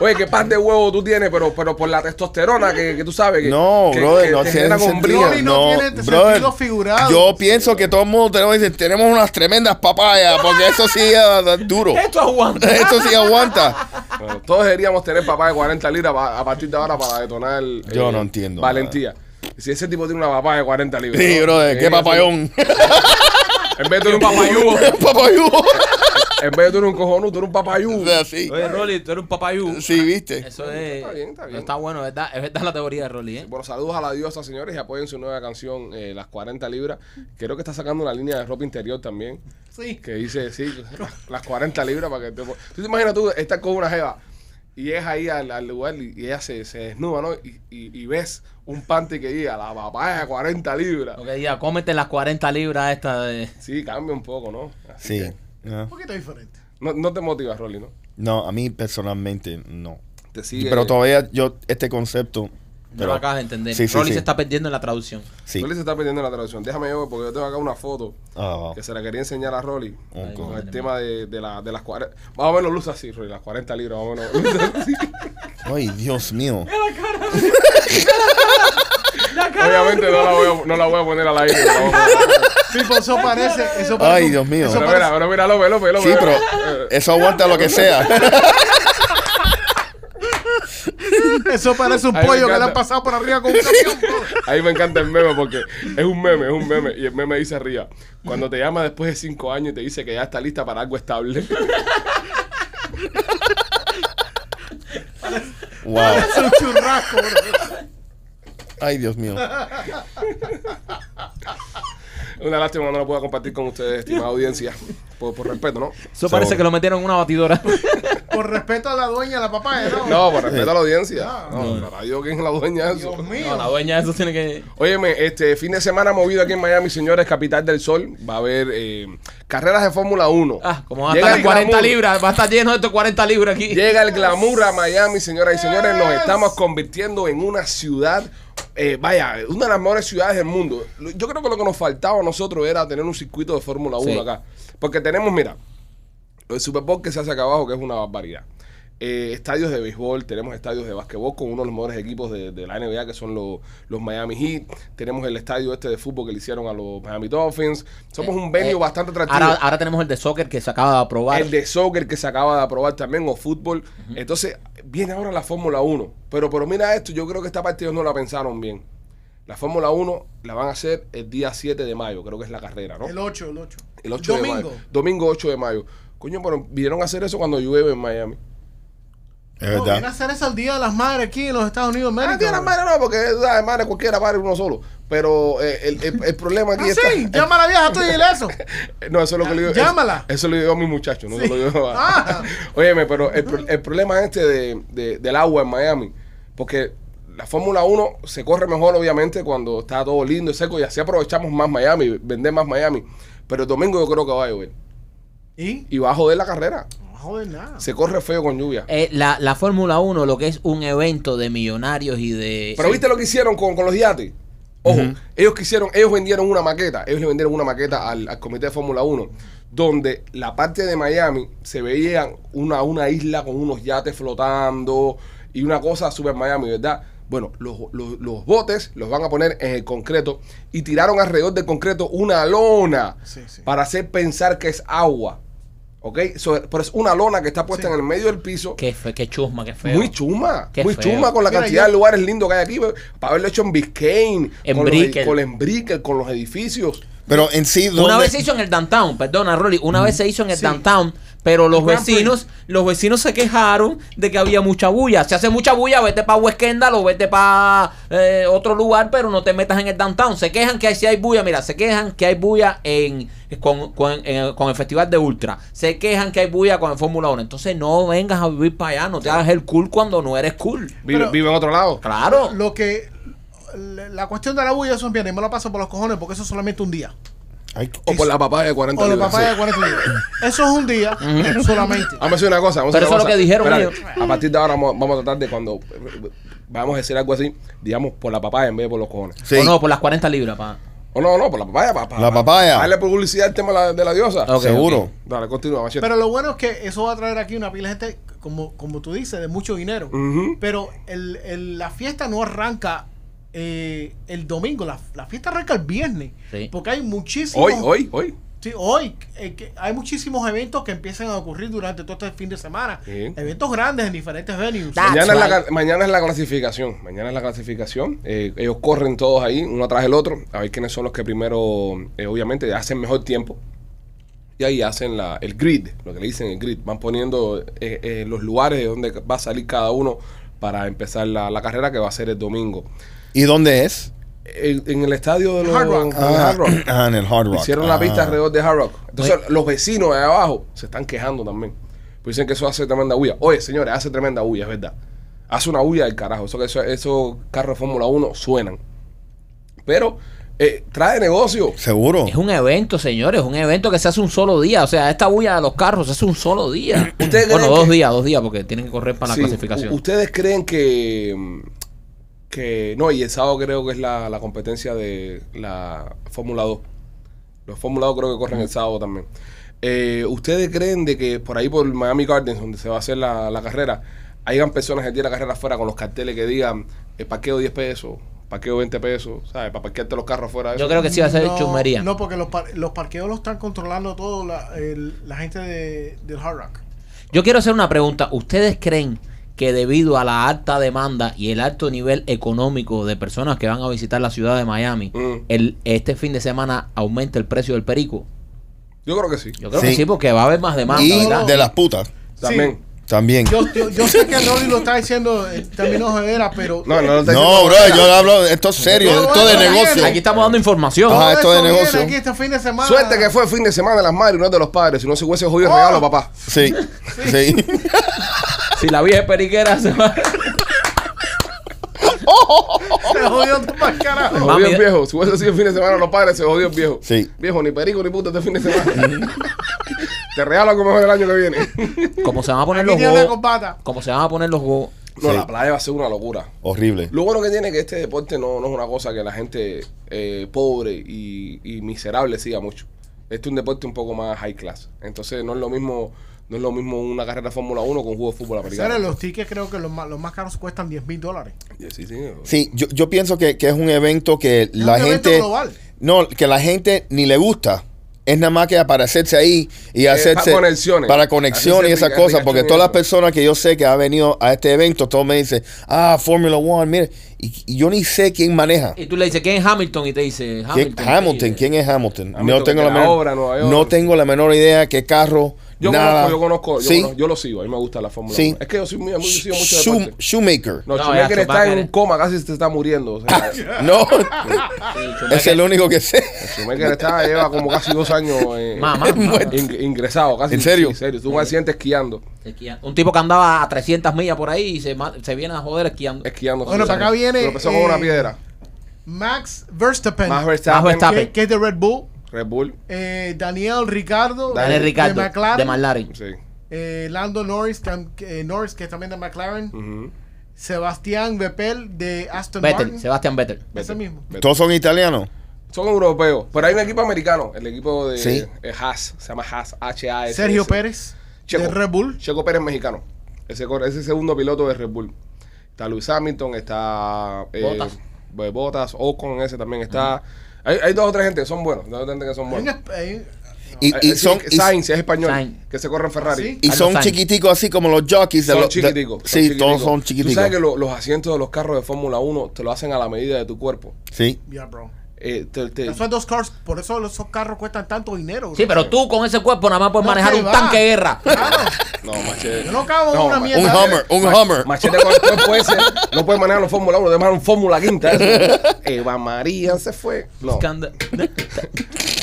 Speaker 1: oye, qué par de huevo tú tienes, pero, pero por la testosterona que, que tú sabes que.
Speaker 4: no,
Speaker 1: que-
Speaker 4: brother,
Speaker 1: que
Speaker 4: no
Speaker 1: te
Speaker 4: tiene
Speaker 1: genera con
Speaker 4: sentido.
Speaker 1: brío.
Speaker 3: Rolly no tiene sentido figurado.
Speaker 4: Yo pienso que todo el mundo tenemos, dicen, tenemos unas tremendas papayas, porque eso sí es duro.
Speaker 2: Esto aguanta.
Speaker 4: Esto sí aguanta.
Speaker 1: Bueno, todos deberíamos tener papá de 40 libras pa- a partir de ahora para detonar. eh,
Speaker 4: Yo no entiendo
Speaker 1: Valentía. Si ese tipo tiene una papá de 40 libras.
Speaker 4: Sí,
Speaker 1: ¿no?
Speaker 4: brother,
Speaker 1: Eh,
Speaker 4: qué papayón.
Speaker 1: En vez de un papayugo.
Speaker 4: Papayón.
Speaker 1: En vez de tú eres un cojonudo, tú eres un papayú.
Speaker 4: Así.
Speaker 2: Oye, Rolly, tú eres un papayú.
Speaker 4: Sí, viste.
Speaker 2: Eso es.
Speaker 1: Está bien, está bien.
Speaker 2: No está bueno, es verdad, es verdad la teoría de Rolly, ¿eh?
Speaker 1: Bueno, saludos a la diosa, señores, y apoyen su nueva canción, eh, Las 40 Libras. Creo que está sacando una línea de ropa interior también,
Speaker 3: Sí.
Speaker 1: que dice, sí, las 40 libras para que te... po- Tú te imaginas tú estar con una jeva y llegas ahí al, al lugar y, y ella se, se desnuda, ¿no? Y, y- y ves un panty que diga, la papaya 40 libras.
Speaker 2: Lo que diga, cómete las 40 libras esta de.
Speaker 1: Sí, cambia un poco, ¿no? Así
Speaker 4: Sí.
Speaker 1: que
Speaker 3: Un
Speaker 4: Ah.
Speaker 3: poquito diferente.
Speaker 1: No, no te motivas, Rolly, ¿no?
Speaker 4: No, a mí personalmente no.
Speaker 1: Te sigue...
Speaker 4: Pero todavía yo, este concepto.
Speaker 2: No
Speaker 4: pero-
Speaker 2: lo acabas de entender.
Speaker 4: Sí, sí,
Speaker 2: Rolly
Speaker 4: sí.
Speaker 2: se está perdiendo en la traducción.
Speaker 4: Sí.
Speaker 1: Rolly se está perdiendo la traducción. Déjame yo, porque yo tengo acá una foto
Speaker 4: Ah,
Speaker 1: que se la quería enseñar a Rolly.
Speaker 4: un
Speaker 1: Con
Speaker 4: coño.
Speaker 1: el tema de, de, la, de las 40. Más o menos luce así, Rolly, las 40 libras, más o menos. luce así.
Speaker 4: Ay, Dios mío.
Speaker 1: Obviamente no la, voy a, no la voy a poner al aire. la voy a poner al aire.
Speaker 3: Tipo, eso parece. Eso parece
Speaker 4: Ay, Dios mío.
Speaker 1: Pero mira, pero mira, López, López, López.
Speaker 4: Sí, pero
Speaker 1: Eh,
Speaker 4: eso aguanta lo que sea.
Speaker 3: Eso parece un
Speaker 1: Ay, me
Speaker 3: pollo que le
Speaker 1: encanta.
Speaker 3: han pasado por arriba con un camión.
Speaker 1: Ahí me encanta el meme porque es un meme, es un meme. Y el meme dice arriba, cuando te llama después de cinco años y te dice que ya está lista para algo estable.
Speaker 4: Wow.
Speaker 3: Es un churrasco, bro.
Speaker 4: Ay, Dios mío.
Speaker 1: Una lástima no lo pueda compartir con ustedes, estimada audiencia. Por, por respeto, ¿no?
Speaker 2: Eso
Speaker 4: Seguro.
Speaker 2: parece que lo metieron en una batidora.
Speaker 3: Por respeto a la dueña de la papaya, ¿no?
Speaker 1: No, por respeto a la audiencia.
Speaker 3: Ah.
Speaker 1: No, para Dios, ¿quién es la dueña de eso?
Speaker 3: Dios mío.
Speaker 2: No, la dueña de eso tiene que.
Speaker 1: Óyeme, este fin de semana movido aquí en Miami, señores, capital del sol. Va a haber eh, carreras de Fórmula 1.
Speaker 2: Ah, como va a
Speaker 1: Llega el
Speaker 2: estar en 40
Speaker 1: glamour.
Speaker 2: libras, va a estar lleno de estos 40 libras aquí.
Speaker 1: Llega el glamour a Miami, señoras y señores. Nos
Speaker 3: Yes.
Speaker 1: estamos convirtiendo en una ciudad, eh, vaya, una de las mejores ciudades del mundo. Lo- Yo creo que lo que nos faltaba a nosotros era tener un circuito de Fórmula 1
Speaker 2: Sí.
Speaker 1: acá. Porque tenemos, mira, el Super Bowl que se hace acá abajo, que es una barbaridad. Eh, estadios de béisbol, tenemos estadios de básquetbol con uno de los mejores equipos de, de la NBA que son los, los Miami Heat. Tenemos el estadio este de fútbol que le hicieron a los Miami Dolphins. Somos un venue
Speaker 2: Eh,
Speaker 1: bastante atractivo.
Speaker 2: Ahora, ahora tenemos el de soccer que se acaba de aprobar.
Speaker 1: El de soccer que se acaba de aprobar también, o fútbol. Entonces, viene ahora la Fórmula 1. Pero, pero mira esto, yo creo que esta parte ellos no la pensaron bien. La Fórmula 1 la van a hacer el día 7 de mayo, creo que es la carrera, ¿no?
Speaker 3: El 8, el 8.
Speaker 1: El 8
Speaker 3: Domingo.
Speaker 1: de mayo. Domingo 8 de mayo. Coño, pero vinieron a hacer eso cuando llueve en Miami.
Speaker 4: Es
Speaker 3: No, viene a
Speaker 4: verdad.
Speaker 3: hacer eso el Día de las Madres aquí en los Estados Unidos de
Speaker 1: Ah,
Speaker 3: América,
Speaker 1: tiene la
Speaker 3: bro.
Speaker 1: madre no, porque la madre cualquiera para uno solo. Pero eh, el, el- el problema aquí
Speaker 3: Ah,
Speaker 1: está.
Speaker 3: sí, llama a la vieja tú y dile eso.
Speaker 1: Eh, No, eso es lo que le digo.
Speaker 3: Llámala.
Speaker 1: Eso, eso lo digo a mi muchacho, no se
Speaker 3: Sí.
Speaker 1: lo digo a.
Speaker 3: Ah.
Speaker 1: Óyeme, pero el, pro- el problema este de, de- del agua en Miami, porque la Fórmula 1 se corre mejor, obviamente, cuando está todo lindo y seco, y así aprovechamos más Miami, vender más Miami. Pero el domingo yo creo que va a llover.
Speaker 3: ¿Y?
Speaker 1: Y va a joder la carrera.
Speaker 3: No va a joder nada.
Speaker 1: Se corre feo con lluvia.
Speaker 2: Eh, la la Fórmula 1, lo que es un evento de millonarios y de.
Speaker 1: Pero viste lo que hicieron con, con los yates. Ojo, ellos quisieron, ellos vendieron una maqueta, ellos le vendieron una maqueta al, al comité de Fórmula 1, donde la parte de Miami se veía una, una isla con unos yates flotando y una cosa super Miami, ¿verdad? Bueno, los, los- los botes los van a poner en el concreto y tiraron alrededor del concreto una lona
Speaker 3: Sí, sí.
Speaker 1: para hacer pensar que es agua. ¿Ok? So, pero es una lona que está puesta
Speaker 3: Sí.
Speaker 1: en el medio del piso.
Speaker 2: Qué, fe- qué chusma, qué feo.
Speaker 1: Muy chuma,
Speaker 2: Qué
Speaker 1: muy
Speaker 2: feo.
Speaker 1: chuma con la
Speaker 3: Mira,
Speaker 1: cantidad
Speaker 3: yo-
Speaker 1: de lugares lindos que hay aquí. pues, Para haberlo hecho en Biscayne,
Speaker 2: En
Speaker 1: con, los,
Speaker 2: Brickell.
Speaker 1: con en Brickell, con los edificios.
Speaker 4: Pero en sí,
Speaker 2: Una
Speaker 4: ¿dónde-
Speaker 2: vez se hizo en el downtown, perdona Rolly, una vez se hizo en el downtown, pero los
Speaker 3: Grand Prix.
Speaker 2: vecinos, los vecinos se quejaron de que había mucha bulla. Si hace mucha bulla, vete para West Kendall o vete para otro lugar, pero no te metas en el downtown. Se quejan que si hay bulla, mira, se quejan que hay bulla en con, con- en- con el festival de Ultra. Se quejan que hay bulla con el Fórmula 1. Entonces no vengas a vivir para allá, no te hagas el cool cuando no eres cool.
Speaker 1: Vive,
Speaker 3: Pero-
Speaker 1: vive en otro lado.
Speaker 2: Claro.
Speaker 3: Lo que. La la cuestión de la bulla, eso es bien. y Me lo paso por los cojones porque eso es solamente un día.
Speaker 4: Ay,
Speaker 1: O por la papaya de 40
Speaker 3: O los
Speaker 1: libras,
Speaker 3: papás de
Speaker 1: sí.
Speaker 3: 40 días. Eso es un día solamente.
Speaker 1: Vamos a decir una cosa. Vamos a decir
Speaker 2: Pero
Speaker 1: una
Speaker 2: eso es lo que
Speaker 1: cosa.
Speaker 2: dijeron
Speaker 1: Espérate, A partir de ahora vamos, vamos a tratar de cuando eh, vamos a decir algo así, digamos por la papaya en vez de por los cojones.
Speaker 4: Sí.
Speaker 2: O no, por las 40 libras, pa.
Speaker 1: O no, no, por la papaya. pa- pa-
Speaker 4: La papaya.
Speaker 1: pa- Dale publicidad al tema de la, de la diosa.
Speaker 2: Ok,
Speaker 4: Seguro.
Speaker 2: ok.
Speaker 1: Dale, continúa, machete.
Speaker 3: Pero lo bueno es que eso va a traer aquí una pila de gente, como, como tú dices, de mucho dinero.
Speaker 1: Ujú.
Speaker 3: Pero el, el- la fiesta no arranca eh, el domingo, la, la fiesta arranca el viernes.
Speaker 2: Sí.
Speaker 3: Porque hay muchísimos.
Speaker 1: Hoy, hoy, hoy.
Speaker 3: Sí, hoy eh, que hay muchísimos eventos que empiezan a ocurrir durante todo este fin de semana.
Speaker 1: Sí.
Speaker 3: Eventos grandes en diferentes venues.
Speaker 2: Da- That's
Speaker 1: Mañana es, la,
Speaker 2: right.
Speaker 1: ca- mañana es la clasificación. Mañana es la clasificación. Eh, ellos corren todos ahí, uno atrás del otro, a ver quiénes son los que primero, eh, obviamente, hacen mejor tiempo. y ahí hacen la, el grid, lo que le dicen el grid. Van poniendo eh, eh, los lugares de donde va a salir cada uno para empezar la, la carrera que va a ser el domingo.
Speaker 4: ¿Y dónde es?
Speaker 1: En, en el estadio de los
Speaker 3: Hard Rock.
Speaker 1: de Hard Rock.
Speaker 4: ah, en el Hard Rock.
Speaker 1: Hicieron la pista
Speaker 4: Ah.
Speaker 1: alrededor de Hard Rock. Entonces, los vecinos de abajo se están quejando también. Pues dicen que eso hace tremenda bulla. Oye, señores, hace tremenda bulla, es verdad. Hace una bulla del carajo. Eso, que eso- esos carros de Fórmula 1 suenan. Pero eh, trae negocio.
Speaker 4: Seguro.
Speaker 2: Es un evento, señores, un evento que se hace un solo día. O sea, esta bulla de los carros se hace un solo día.
Speaker 1: ¿Ustedes
Speaker 2: bueno,
Speaker 1: creen
Speaker 2: dos
Speaker 1: que-
Speaker 2: días, dos días, porque tienen que correr para
Speaker 1: Sí,
Speaker 2: la clasificación.
Speaker 1: u- ¿Ustedes creen que, mm, que. No, y el sábado creo que es la, la competencia de la Fórmula 2. Los Fórmula 2 creo que corren
Speaker 2: Mm.
Speaker 1: el sábado también. Eh, ¿Ustedes creen de que por ahí por Miami Gardens, donde se va a hacer la, la carrera, hayan personas el día de la carrera afuera con los carteles que digan eh, parqueo 10 pesos, parqueo 20 pesos, ¿sabes? Para parquearte los carros afuera.
Speaker 2: Yo creo que sí va a ser
Speaker 3: no,
Speaker 2: chumería.
Speaker 3: No, porque los, par- los parqueos lo están controlando todo la, el- la gente de, del Hard Rock.
Speaker 2: Yo quiero hacer una pregunta. ¿Ustedes creen que debido a la alta demanda y el alto nivel económico de personas que van a visitar la ciudad de Miami,
Speaker 1: Mm.
Speaker 2: el, este fin de semana aumenta el precio del perico?
Speaker 1: Yo creo que sí.
Speaker 2: Yo creo
Speaker 4: Sí.
Speaker 2: que sí, porque va a haber más demanda,
Speaker 4: y
Speaker 2: ¿verdad?
Speaker 4: de las putas.
Speaker 1: También.
Speaker 4: También.
Speaker 3: Yo, yo, yo sé que Rolly lo está diciendo en términos de vera, pero
Speaker 1: No, no lo estoy
Speaker 4: No,
Speaker 1: diciendo
Speaker 4: bro,
Speaker 1: ahora.
Speaker 4: yo hablo, esto es serio,
Speaker 3: No,
Speaker 4: esto
Speaker 3: no,
Speaker 4: de
Speaker 3: no,
Speaker 4: negocio.
Speaker 3: no,
Speaker 2: Aquí estamos dando información.
Speaker 4: Ajá.
Speaker 3: todo
Speaker 4: esto de
Speaker 3: eso viene
Speaker 4: negocio.
Speaker 3: Aquí este fin de semana.
Speaker 1: Suerte que fue el fin de semana de las madres y no de los padres. Si no se hubiese jodido el
Speaker 3: Oh.
Speaker 1: regalo, papá.
Speaker 4: Sí, sí.
Speaker 2: Si la vieja periquera se va...
Speaker 3: Se jodió todo para el carajo.
Speaker 1: Ah, Se
Speaker 2: Mami,
Speaker 1: jodió el viejo. Si hubiese sido el fin de semana, los padres se jodió el viejo.
Speaker 4: Sí.
Speaker 1: Viejo, ni perico ni puta este fin de semana. Te regalo algo mejor el año que viene.
Speaker 2: Como se van a poner
Speaker 3: Aquí
Speaker 2: los
Speaker 3: tiene la
Speaker 2: go,
Speaker 3: corbata.
Speaker 2: como se van a poner los go,
Speaker 1: No,
Speaker 4: Sí.
Speaker 1: la playa va a ser una locura.
Speaker 4: Horrible.
Speaker 1: Lo bueno que tiene es que este deporte no, no es una cosa que la gente eh, pobre y, y miserable siga mucho. Este es un deporte un poco más high class. Entonces no es lo mismo, no es lo mismo una carrera de Fórmula 1 con juego de fútbol americano.
Speaker 3: Señores, los tickets creo que los más, los más caros cuestan 10 mil dólares.
Speaker 1: Sí, sí.
Speaker 4: Sí, yo, yo pienso que, que es un evento que la
Speaker 3: un evento
Speaker 4: gente.
Speaker 3: global.
Speaker 4: No, que la gente ni le gusta. Es nada más que aparecerse ahí y hacerse.
Speaker 1: conexiones.
Speaker 4: Para conexiones
Speaker 1: Hacerse
Speaker 4: y esas
Speaker 1: pica-
Speaker 4: cosas. Porque
Speaker 1: picachón y
Speaker 4: todas las
Speaker 1: eso.
Speaker 4: personas que yo sé que han venido a este evento, todos me dicen, ah, Formula One, mire. Y, y yo ni sé quién maneja.
Speaker 2: y tú le dices, ¿quién es Hamilton? Y te dice,
Speaker 4: ¿Quién- Hamilton,
Speaker 2: sí,
Speaker 4: ¿quién es Hamilton?
Speaker 1: Hamilton
Speaker 4: no tengo
Speaker 1: que
Speaker 4: la,
Speaker 1: la
Speaker 4: menor,
Speaker 1: obra, Nueva York.
Speaker 4: no tengo la menor idea qué carro.
Speaker 1: Yo
Speaker 4: nada.
Speaker 1: conozco, yo conozco, yo
Speaker 4: Sí.
Speaker 1: conozco- yo lo sigo, a mí me gusta la Fórmula
Speaker 4: Sí.
Speaker 1: 1. Es que yo soy muy, muy yo sigo mucho
Speaker 4: Shoe-
Speaker 1: deporte.
Speaker 4: Shoemaker.
Speaker 1: No,
Speaker 2: No,
Speaker 1: Schumacher está
Speaker 2: ya, Schumacher.
Speaker 1: en un coma, casi se está muriendo. O sea,
Speaker 4: No,
Speaker 2: Schumacher.
Speaker 4: es el único que sé.
Speaker 1: Schumacher está, lleva como casi dos años eh,
Speaker 2: Más, más, más.
Speaker 1: in- ingresado. Casi,
Speaker 4: ¿En serio?
Speaker 1: Sí, en serio. Tuvo un accidente esquiando.
Speaker 2: Esquiando. Un tipo que andaba a 300 millas por ahí y se, ma- se viene a joder esquiando.
Speaker 1: esquiando
Speaker 3: Bueno, para acá viene,
Speaker 1: Empezó con una
Speaker 3: eh,
Speaker 1: piedra.
Speaker 3: Max Verstappen,
Speaker 1: Más Verstappen,
Speaker 2: Max Verstappen.
Speaker 3: que, que es de Red Bull.
Speaker 1: Red Bull.
Speaker 3: Eh, Daniel Ricardo,
Speaker 2: Dale,
Speaker 1: Daniel
Speaker 2: Ricardo.
Speaker 3: de McLaren.
Speaker 1: Sí.
Speaker 3: Eh, Lando Norris, que, eh, Norris, que es también de McLaren.
Speaker 1: Ujú.
Speaker 3: Sebastián Vettel de Aston
Speaker 2: Vettel,
Speaker 3: Martin.
Speaker 2: Sebastián Vettel.
Speaker 3: Ese mismo.
Speaker 1: Vete.
Speaker 4: Todos son italianos.
Speaker 1: Son europeos. Pero hay un equipo americano. El equipo de
Speaker 4: Sí.
Speaker 1: eh, Haas. Se llama Haas. H-A-S.
Speaker 3: Sergio Pérez de Red Bull.
Speaker 1: Ah, Checo Pérez mexicano. Ese, cor- ese segundo piloto de Red Bull. Está Luis Hamilton, está eh,
Speaker 2: Bottas.
Speaker 1: eh, Bottas, Ocon, ese también está. Hay, hay dos o tres gente que son buenos. Dos o tres gente que son
Speaker 3: Hay
Speaker 1: buenos.
Speaker 3: un- hay-
Speaker 4: Y,
Speaker 1: Eh,
Speaker 4: y
Speaker 1: eh, sí,
Speaker 4: son,
Speaker 1: que
Speaker 4: y, Ah,
Speaker 1: Sainz es español,
Speaker 2: Sainz.
Speaker 1: que se corre en Ferrari.
Speaker 3: ¿Sí?
Speaker 4: y
Speaker 2: Carlos
Speaker 4: son
Speaker 2: Sainz.
Speaker 4: chiquiticos así como los jockeys. de
Speaker 1: Son
Speaker 4: los- de-
Speaker 1: chiquiticos. son
Speaker 4: sí, todos
Speaker 1: chiquiticos.
Speaker 4: son
Speaker 1: Tú sabes
Speaker 4: chiquiticos.
Speaker 1: que lo- los asientos de los carros de Fórmula 1 te lo hacen a la medida de tu cuerpo.
Speaker 4: Sí.
Speaker 3: Yeah, bro.
Speaker 1: Eh, te- te-
Speaker 3: Esos dos cars, por eso los- esos carros cuestan tanto dinero.
Speaker 2: Sí, pero tú con ese cuerpo nada más puedes
Speaker 3: No,
Speaker 2: manejar
Speaker 3: que
Speaker 2: un
Speaker 3: va.
Speaker 2: tanque de guerra.
Speaker 3: Claro.
Speaker 1: no, machete.
Speaker 3: Yo no acabo en una
Speaker 1: ma-
Speaker 4: Un
Speaker 3: mierda.
Speaker 4: Hummer, un Hummer.
Speaker 1: Machete con el cuerpo ese. No puede manejar los Fórmula 1, debe manejar un Fórmula Quinta. eso. Eva María se fue. No,
Speaker 2: Escanda-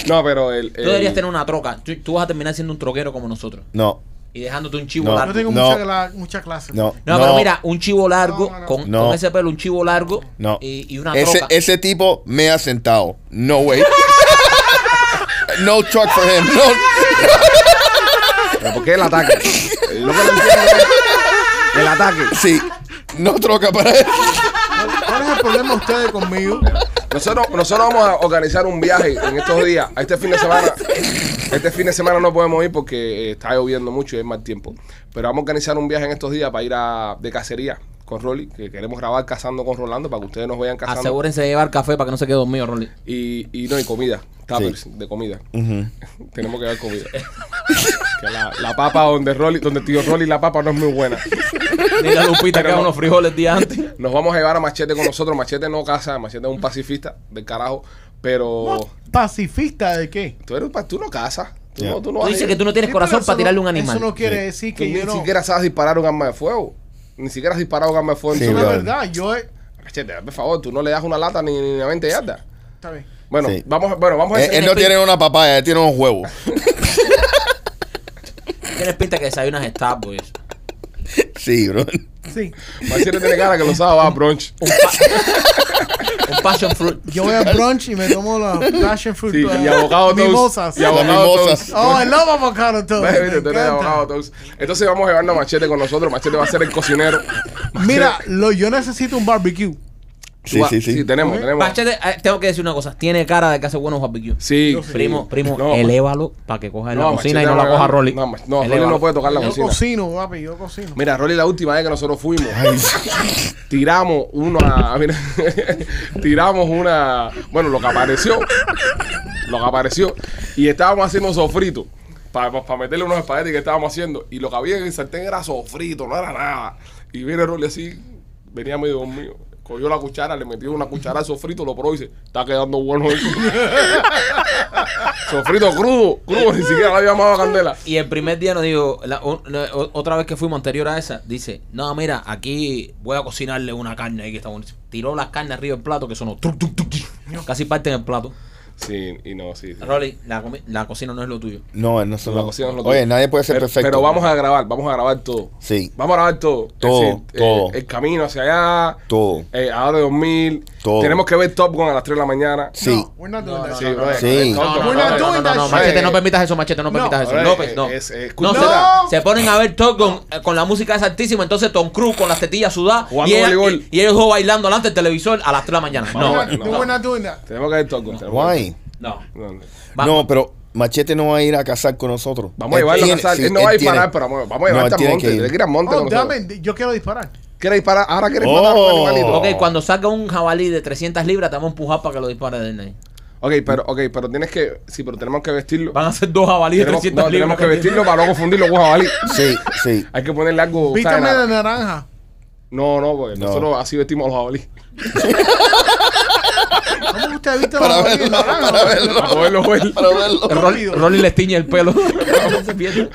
Speaker 1: no pero el,
Speaker 2: Tú
Speaker 1: el-
Speaker 2: deberías
Speaker 4: Eh.
Speaker 2: tener una troca. Tú, tú vas a terminar siendo un troquero como nosotros.
Speaker 4: No,
Speaker 2: Y dejándote un chivo
Speaker 4: No.
Speaker 2: largo.
Speaker 3: Yo tengo
Speaker 4: No.
Speaker 3: mucha, cla- mucha clase.
Speaker 4: no.
Speaker 2: No, pero mira, un chivo largo,
Speaker 3: No, no, no.
Speaker 2: Con,
Speaker 4: No.
Speaker 2: con ese pelo, un chivo largo
Speaker 4: No.
Speaker 2: y, y una
Speaker 4: Ese,
Speaker 2: troca.
Speaker 4: ese tipo me ha sentado. No way. no truck for him. No.
Speaker 1: ¿Pero por qué el ataque? Lo que no entiendo es el ataque.
Speaker 4: Sí. No troca para él.
Speaker 3: ¿Cuál es el problema ustedes conmigo?
Speaker 1: Nosotros, nosotros vamos a organizar un viaje en estos días. A Este fin de semana, este fin de semana no podemos ir porque eh, está lloviendo mucho y es mal tiempo. Pero vamos a organizar un viaje en estos días para ir a, de cacería con Rolly, que queremos grabar cazando con Rolando para que ustedes nos vean cazando.
Speaker 2: Asegúrense de llevar café para que no se quede dormido, Rolly.
Speaker 1: Y, y no, y comida. Tuppers de comida. Tenemos que dar comida. Que la, la papa donde Rolly, donde tío Rolly la papa no es muy buena.
Speaker 2: Dile a Lupita que
Speaker 1: Pero
Speaker 2: haga
Speaker 1: no.
Speaker 2: unos frijoles días antes.
Speaker 1: Nos vamos a llevar a Machete con nosotros. Machete no caza, Machete es un pacifista del carajo. Pero
Speaker 3: ¿Pacifista de qué?
Speaker 1: tú, eres, un pa- tú no cazas. Tú
Speaker 4: Ya.
Speaker 1: no, tú no
Speaker 2: Tú
Speaker 1: vas a
Speaker 2: dices
Speaker 1: ir.
Speaker 2: que tú no tienes
Speaker 3: Sí,
Speaker 2: corazón
Speaker 3: pero eso
Speaker 2: para
Speaker 3: no-
Speaker 2: tirarle a un animal.
Speaker 3: Eso no quiere
Speaker 4: Sí.
Speaker 3: decir
Speaker 1: Tú
Speaker 3: que
Speaker 1: ni
Speaker 3: yo no.
Speaker 1: siquiera sabes disparar un arma de fuego. Ni siquiera has disparado un arma de fuego. en
Speaker 4: Sí,
Speaker 1: tu
Speaker 3: Eso no es
Speaker 1: vida.
Speaker 4: brother.
Speaker 3: verdad. Yo. he-
Speaker 1: Machete, por favor, tú no le das una lata ni, ni a 20 yardas.
Speaker 3: Está bien.
Speaker 1: Bueno,
Speaker 4: Sí.
Speaker 1: vamos, a- bueno, vamos a
Speaker 4: Él, Eh, él no tiene una papaya, él tiene unos huevos.
Speaker 2: Tienes pinta que desayunas Starbucks.
Speaker 4: Sí, bro.
Speaker 3: Sí.
Speaker 1: Machete tiene cara que los sábados va a brunch.
Speaker 2: Un passion fruit.
Speaker 3: Yo voy al brunch y me tomo la passion fruit.
Speaker 1: Sí,
Speaker 3: eh,
Speaker 1: y abogado toast.
Speaker 3: mimosas.
Speaker 1: Y abogado
Speaker 4: Mimosas.
Speaker 1: toast.
Speaker 3: Oh, el lobo avocado toast.
Speaker 1: Ve,
Speaker 3: me
Speaker 1: viste, tú eres
Speaker 3: encanta.
Speaker 1: abogado toast. Entonces vamos a llevarnos a Machete con nosotros. Machete va a ser el cocinero.
Speaker 3: Mira, lo, yo necesito un barbecue.
Speaker 4: Sí, sí, sí.
Speaker 1: tenemos, tenemos.
Speaker 2: Machete, eh, tengo que decir una cosa. Tiene cara de que hace buenos barbecue.
Speaker 1: Sí, sí.
Speaker 2: Primo, primo,
Speaker 1: No,
Speaker 2: elévalo para que coja en la
Speaker 1: Machete
Speaker 2: cocina y no la
Speaker 1: va a-
Speaker 2: coja Rolly.
Speaker 1: No, Mach- no, Rolly
Speaker 2: Elévalo.
Speaker 1: no puede tocar la
Speaker 3: Yo
Speaker 1: cocina.
Speaker 3: cocino, papi, yo cocino.
Speaker 1: Mira, Rolly, la última vez que nosotros fuimos,
Speaker 4: Ay,
Speaker 1: tiramos una. Mira, tiramos una. Bueno, lo que apareció. Lo que apareció. Y estábamos haciendo sofrito. Para meterle unos espaguetis que estábamos haciendo. Y lo que había en el sartén era sofrito, no era nada. Y viene Rolly así, venía medio dormido. Cogió la cuchara, le metió una cuchara de sofrito, lo probó y dice, está quedando bueno eso. sofrito crudo, crudo, ni siquiera le había llamado a candela.
Speaker 2: Y el primer día nos digo, la- o- la- o- otra vez que fuimos anterior a esa, dice, no, mira, aquí voy a cocinarle una carne ahí que está buenísima. Tiró las carnes arriba del plato que sonó. truc, truc, truc, truc. Casi parten el plato.
Speaker 1: Sí, y no, sí. sí.
Speaker 2: Rolly, la, comi- la cocina no es lo tuyo.
Speaker 4: No, él no se
Speaker 1: La cocina no es lo
Speaker 4: Oye,
Speaker 1: tuyo.
Speaker 4: nadie puede ser
Speaker 1: Pero-
Speaker 4: perfecto.
Speaker 1: Pero vamos a grabar, vamos a grabar todo.
Speaker 4: Sí,
Speaker 1: Vamos a grabar todo. Es
Speaker 4: Todo,
Speaker 1: eh,
Speaker 4: todo.
Speaker 1: El, camino hacia allá.
Speaker 4: todo.
Speaker 1: Eh, ahora de 2000.
Speaker 4: Todo.
Speaker 1: Tenemos que ver Top Gun a las 3 de la mañana.
Speaker 4: Sí.
Speaker 3: No, we're not doing that.
Speaker 1: Sí, brother.
Speaker 4: Sí.
Speaker 1: Eh, Top
Speaker 2: No,
Speaker 1: Gun,
Speaker 2: no, no, no,
Speaker 3: We're not
Speaker 1: brother.
Speaker 2: no,
Speaker 3: doing
Speaker 2: no,
Speaker 3: that
Speaker 2: no,
Speaker 3: shit.
Speaker 2: machete, no permitas eso, machete, no permitas eso.
Speaker 1: brother,
Speaker 2: López, no.
Speaker 1: eh, es- es
Speaker 2: No, se,
Speaker 1: cultura.
Speaker 2: se ponen a ver Top Gun, eh, con la música esa altísima, entonces Tom Cruise con las tetillas sudadas y,
Speaker 1: Jugando
Speaker 2: ella-
Speaker 1: voleibol.
Speaker 2: y, y ellos dos bailando delante del televisor a las 3 de la mañana.
Speaker 1: Vamos
Speaker 2: No,
Speaker 1: a-
Speaker 3: No, we're not doing that.
Speaker 1: Tenemos que ver Top Gun. tenemos que ver-
Speaker 4: Guay.
Speaker 2: no.
Speaker 1: No, no.
Speaker 2: Va-
Speaker 4: No, pero Machete no va a ir a cazar con nosotros.
Speaker 1: Vamos a
Speaker 4: Él
Speaker 1: llevarlo a
Speaker 4: tiene-
Speaker 1: casar.
Speaker 4: sí,
Speaker 1: él no va a
Speaker 4: él tiene-
Speaker 1: disparar, pero vamos, vamos a
Speaker 4: No,
Speaker 1: llevar hasta
Speaker 4: él tiene
Speaker 1: monte.
Speaker 4: que ir.
Speaker 1: Tiene que ir a monte.
Speaker 3: Oh,
Speaker 1: con nosotros.
Speaker 3: dame, yo quiero disparar.
Speaker 1: ¿Quieres disparar? Ahora quieres
Speaker 4: Oh.
Speaker 1: matar a un animalito.
Speaker 2: Ok, cuando salga un jabalí de 300 libras, te vamos a empujar para que lo dispare de ahí.
Speaker 1: Ok, pero, ok, pero tienes que. Sí, pero tenemos que vestirlo.
Speaker 2: Van a ser dos jabalíes de
Speaker 1: Tenemos,
Speaker 2: 300
Speaker 1: no,
Speaker 2: libras.
Speaker 1: tenemos que vestirlo para no confundirlo con jabalí.
Speaker 4: Sí, sí.
Speaker 1: Hay que ponerle algo. ¿sabes?
Speaker 3: Vístame de naranja.
Speaker 1: No, no, porque
Speaker 4: No.
Speaker 1: nosotros así vestimos a los jabalíes.
Speaker 3: ¿Cómo usted ha visto
Speaker 4: Para
Speaker 3: la bolilla de
Speaker 4: verlo,
Speaker 3: naranja?
Speaker 4: para verlo.
Speaker 1: Para poderlo ver.
Speaker 4: Para verlo.
Speaker 2: Rolly, Rolly les tiñe el pelo. Se pierde.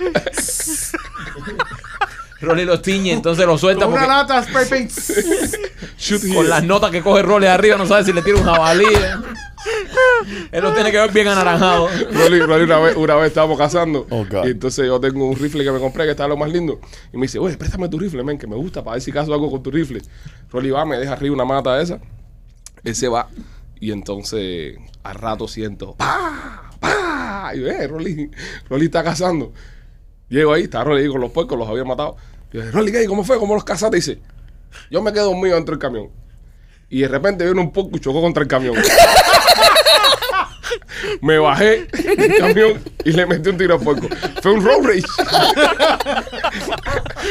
Speaker 2: Rolly los tiñe, entonces lo suelta
Speaker 3: Con una
Speaker 2: porque
Speaker 3: lata spray paint.
Speaker 1: Shoot here.
Speaker 2: con las notas que coge Rolly arriba no sabe si le tira un jabalí. Él lo tiene que ver bien anaranjado.
Speaker 1: Rolly, Rolly una, vez, una vez estábamos cazando
Speaker 4: Oh, God.
Speaker 1: y entonces yo tengo un rifle que me compré que está lo más lindo y me dice, oye, préstame tu rifle, men, que me gusta para ver si caso algo con tu rifle. Rolly va, me deja arriba una mata de esa, él se va y entonces al rato siento, ¡pa! ¡pa! Y yo, eh, Rolly, Rolly está cazando. Llego ahí, está Rolly ahí con los puercos, los había matado. Yo dije, Rolly, ¿qué? ¿Cómo fue? ¿Cómo los cazaste? Y dice, yo me quedo dormido dentro del camión. Y de repente vino un poco y chocó contra el camión. Me bajé del camión y le metí un tiro al puerco. Fue un road rage.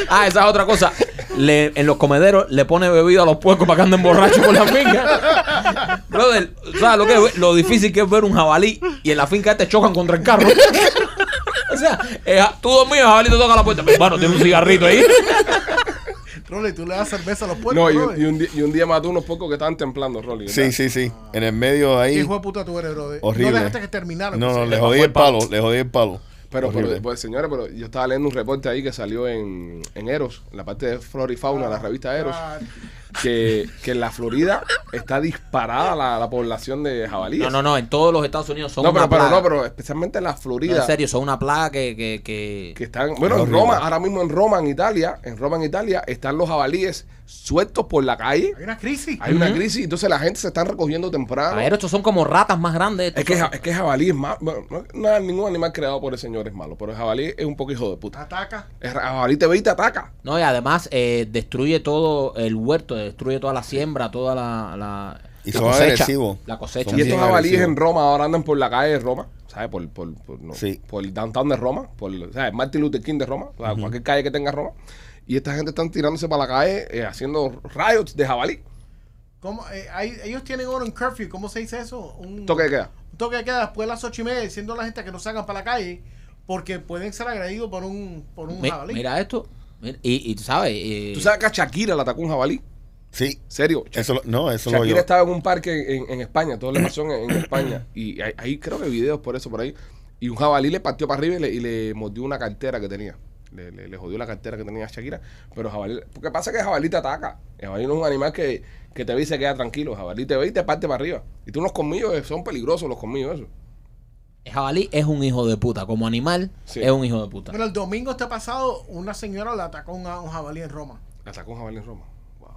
Speaker 2: Ah, esa es otra cosa. Le- en los comederos le pone bebida a los puercos para que anden borrachos con la finca. Brother, ¿sabes lo, que es? lo difícil que es ver un jabalí y en la finca te chocan contra el carro? O sea, eh, tú dormido, el jabalí te toca la puerta. Bueno, tiene un cigarrito ahí.
Speaker 3: Rolly, tú le das cerveza a los puercos.
Speaker 1: No, y, un-
Speaker 3: brother.
Speaker 1: y un día, y un día mató unos puercos que estaban templando, Rolly. ¿verdad?
Speaker 4: Sí, sí, sí. En el medio ahí.
Speaker 3: Qué hijo de puta tú eres, brother.
Speaker 4: Horrible.
Speaker 3: No dejaste que terminara.
Speaker 4: No, no,
Speaker 3: pues.
Speaker 4: le jodí el palo, le jodí el palo.
Speaker 1: Pero, pero,
Speaker 4: Horrible.
Speaker 1: pues, señores, pero yo estaba leyendo un reporte ahí que salió en, en Eros, en la parte de Flora y Fauna, la revista Eros,
Speaker 3: Ah,
Speaker 1: que, que en la Florida está disparada la, la población de jabalíes.
Speaker 2: No, no, no, en todos los Estados Unidos son
Speaker 1: No,
Speaker 2: una
Speaker 1: pero, pero,
Speaker 2: plaga.
Speaker 1: no, pero especialmente en la
Speaker 2: No,
Speaker 1: Florida.
Speaker 2: en serio, son una plaga que... que, que-
Speaker 1: que están, bueno, en
Speaker 4: horrible.
Speaker 1: Roma, ahora mismo en Roma, en Italia, en Roma, en Italia, están los jabalíes sueltos por la calle.
Speaker 3: Hay una crisis.
Speaker 1: Hay una crisis, entonces la gente se está recogiendo temprano.
Speaker 2: A ver, estos son como ratas más grandes. estos
Speaker 1: Es que,
Speaker 2: son-
Speaker 1: ja- es que jabalí es malo. Bueno, no- nada, ningún animal creado por el señor es malo, pero el jabalí es un poco hijo de puta.
Speaker 3: Ataca.
Speaker 1: El jabalí te ve y te ataca.
Speaker 2: No, y además eh, destruye todo el huerto, destruye toda la siembra, toda la... la
Speaker 4: Y
Speaker 2: la
Speaker 4: son
Speaker 2: cosecha.
Speaker 4: agresivos.
Speaker 2: La cosecha.
Speaker 4: Son
Speaker 1: y
Speaker 4: bien
Speaker 1: estos jabalíes
Speaker 4: agresivos.
Speaker 1: en Roma ahora andan por la calle de Roma, ¿sabes? Por, por, por, no,
Speaker 4: Sí.
Speaker 1: por el downtown de Roma, por o sea, el Martin Luther King de Roma, o sea, cualquier calle que tenga Roma. Y esta gente están tirándose para la calle eh, haciendo riots de jabalí.
Speaker 3: ¿Cómo? Eh, hay- ellos tienen oro en curfew. ¿Cómo se dice eso? Un
Speaker 1: Toque de queda.
Speaker 3: un toque de queda después de las ocho y media diciendo a la gente que no salgan para la calle porque pueden ser agredidos por un, por un
Speaker 2: Mi-
Speaker 3: jabalí.
Speaker 2: mira esto. Mira, y, y tú sabes... eh,
Speaker 1: ¿Tú sabes que a Shakira la atacó un jabalí?
Speaker 4: Sí,
Speaker 1: ¿Serio?
Speaker 4: eso lo- no, eso lo yo.
Speaker 1: Shakira estaba en un parque en, en España, toda la pasión en, en España. Y hay, hay creo que videos por eso por ahí. Y un jabalí le partió para arriba y le, y le mordió una cartera que tenía. Le, le- le jodió la cartera que tenía Shakira. Pero jabalí. Porque pasa que el jabalí te ataca. El jabalí no es un animal que, que te ve y se queda tranquilo. El jabalí te ve y te parte para arriba. Y tú, los colmillos eh, son peligrosos, los colmillos, eso.
Speaker 2: El jabalí es un hijo de puta. Como animal,
Speaker 1: Sí.
Speaker 2: es un hijo de puta.
Speaker 3: Pero el domingo este pasado, una señora le atacó a un, a un jabalí en Roma.
Speaker 1: Atacó un jabalí en Roma. Wow.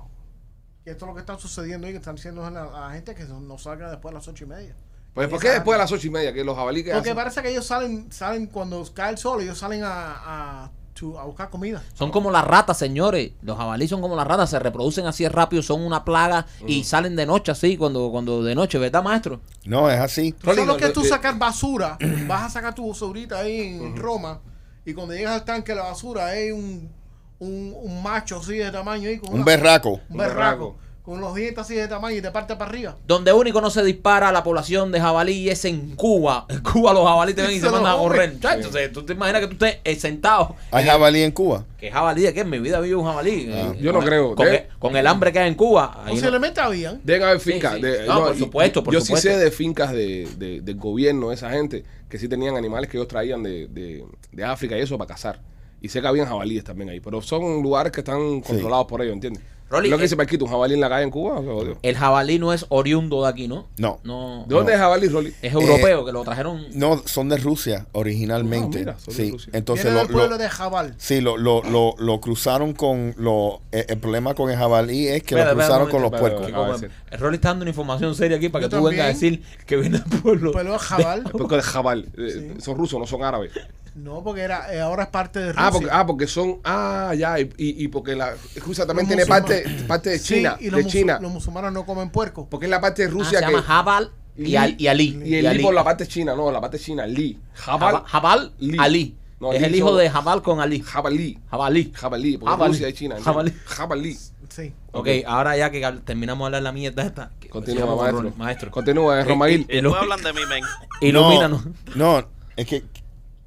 Speaker 3: Y esto es lo que está sucediendo y que están diciendo a la, a la gente que no salga después de las ocho y media.
Speaker 1: Pues, ¿por qué después de las ocho y media? Que los jabalíes que
Speaker 3: Porque
Speaker 1: hacen.
Speaker 3: parece que ellos salen, salen cuando cae el sol, ellos salen a, a, to- a buscar comida.
Speaker 2: Son como las ratas, señores. Los jabalíes son como las ratas, se reproducen así rápido, son una plaga
Speaker 4: Mm.
Speaker 2: y salen de noche así, cuando, cuando de noche, ¿verdad, maestro?
Speaker 4: No, es así.
Speaker 3: Tú sabes
Speaker 1: Rolly, eh,
Speaker 3: lo que es tú
Speaker 1: de-
Speaker 3: sacar basura,
Speaker 1: eh.
Speaker 3: vas a sacar tu basurita ahí en Roma y cuando llegas al tanque de la basura hay un, un, un macho así de tamaño ahí con
Speaker 4: Un
Speaker 3: una-
Speaker 4: berraco.
Speaker 3: un
Speaker 1: Un
Speaker 3: berraco,
Speaker 1: berraco.
Speaker 3: con los dientes así de tamaño y te parte para arriba.
Speaker 2: Donde único no se dispara a la población de jabalí es en Cuba. En Cuba los jabalíes te ven y
Speaker 3: Se
Speaker 2: se
Speaker 3: los
Speaker 2: mandan a
Speaker 3: comen.
Speaker 2: correr. Chacho, o sea, tú te imaginas que tú estés eh, sentado.
Speaker 4: Hay jabalí en Cuba.
Speaker 2: ¿Qué jabalí? ¿De qué? En mi vida vive un jabalí.
Speaker 4: Ah,
Speaker 2: Eh,
Speaker 1: yo no
Speaker 2: con-
Speaker 1: creo.
Speaker 2: Con,
Speaker 1: De-
Speaker 2: con el hambre que hay en Cuba. ahí no-
Speaker 3: Posiblemente habían.
Speaker 1: Deben haber
Speaker 2: Sí,
Speaker 1: fincas.
Speaker 2: sí.
Speaker 1: de-
Speaker 2: No, por
Speaker 1: y-
Speaker 2: supuesto, por
Speaker 1: yo
Speaker 2: supuesto.
Speaker 1: sí sé de fincas de, de- del gobierno, esa gente, que sí tenían animales que ellos traían de, de- de África y eso para cazar. Y sé que habían jabalíes también ahí, pero son lugares que están controlados por ellos, ¿entiendes?
Speaker 2: Rolly,
Speaker 1: lo que
Speaker 2: eh,
Speaker 1: dice Marquito, un jabalí en la calle en Cuba, o sea, odio.
Speaker 2: el jabalí no es oriundo de aquí, ¿no?
Speaker 4: No. eh,
Speaker 2: No.
Speaker 1: ¿De dónde es jabalí, Rolly?
Speaker 2: Es europeo, que lo trajeron.
Speaker 4: No, son de Rusia originalmente.
Speaker 1: Ah, mira, son de
Speaker 4: sí.
Speaker 1: Rusia.
Speaker 4: Entonces
Speaker 3: Vienen
Speaker 4: lo,
Speaker 3: del pueblo
Speaker 4: lo-
Speaker 3: de Jabal.
Speaker 4: sí, lo, lo, lo, lo cruzaron con lo eh, el problema con el jabalí es que
Speaker 2: Espera,
Speaker 4: lo cruzaron
Speaker 2: espera
Speaker 4: con
Speaker 2: un
Speaker 4: los
Speaker 1: momento, espera, espera.
Speaker 4: puercos. Ah,
Speaker 1: acaba de
Speaker 2: Como- El Rolly está dando una información seria aquí para
Speaker 3: Yo
Speaker 2: que tú vengas a
Speaker 3: también.
Speaker 2: decir que viene al pueblo. Ah,
Speaker 3: Pueblo de Jabal.
Speaker 1: Porque es jabal. eh,
Speaker 3: Sí.
Speaker 1: Son rusos, no son árabes.
Speaker 3: No, porque era, eh, ahora es parte de Rusia.
Speaker 1: Ah porque, ah, porque son. Ah, ya. Y, y- y porque la Rusia también
Speaker 3: Los
Speaker 1: tiene parte,
Speaker 3: musulmanes.
Speaker 1: parte de
Speaker 3: Sí,
Speaker 1: China.
Speaker 3: y los,
Speaker 1: de
Speaker 3: musu-
Speaker 1: China.
Speaker 3: los musulmanes no comen puerco.
Speaker 1: Porque es la parte de
Speaker 2: Ah,
Speaker 1: Rusia
Speaker 2: se
Speaker 1: que.
Speaker 2: llama Jabal y,
Speaker 1: Li-
Speaker 2: Al- y Ali.
Speaker 1: Y el Li por la parte china, no, la parte china, Li.
Speaker 2: Jabal,
Speaker 1: Jabal,
Speaker 2: Jabal
Speaker 1: Li.
Speaker 2: Ali.
Speaker 1: No,
Speaker 2: es
Speaker 1: Li
Speaker 2: el hijo
Speaker 1: solo.
Speaker 2: de Jabal con Ali.
Speaker 1: Jabalí.
Speaker 2: Jabalí.
Speaker 1: Jabalí, porque
Speaker 2: Jabalí.
Speaker 1: Rusia y China. ¿entiendes?
Speaker 2: Jabalí.
Speaker 1: Jabalí.
Speaker 3: Sí.
Speaker 2: Ok, ahora ya que habl- terminamos de hablar la mierda esta. que-
Speaker 1: Continúa,
Speaker 2: sigamos con
Speaker 1: maestro.
Speaker 2: Rolly, maestro.
Speaker 1: Continúa, eh, Romaguil.
Speaker 2: eh,
Speaker 5: Después hablan de mi men.
Speaker 2: Ilumínanos.
Speaker 4: No, no, es que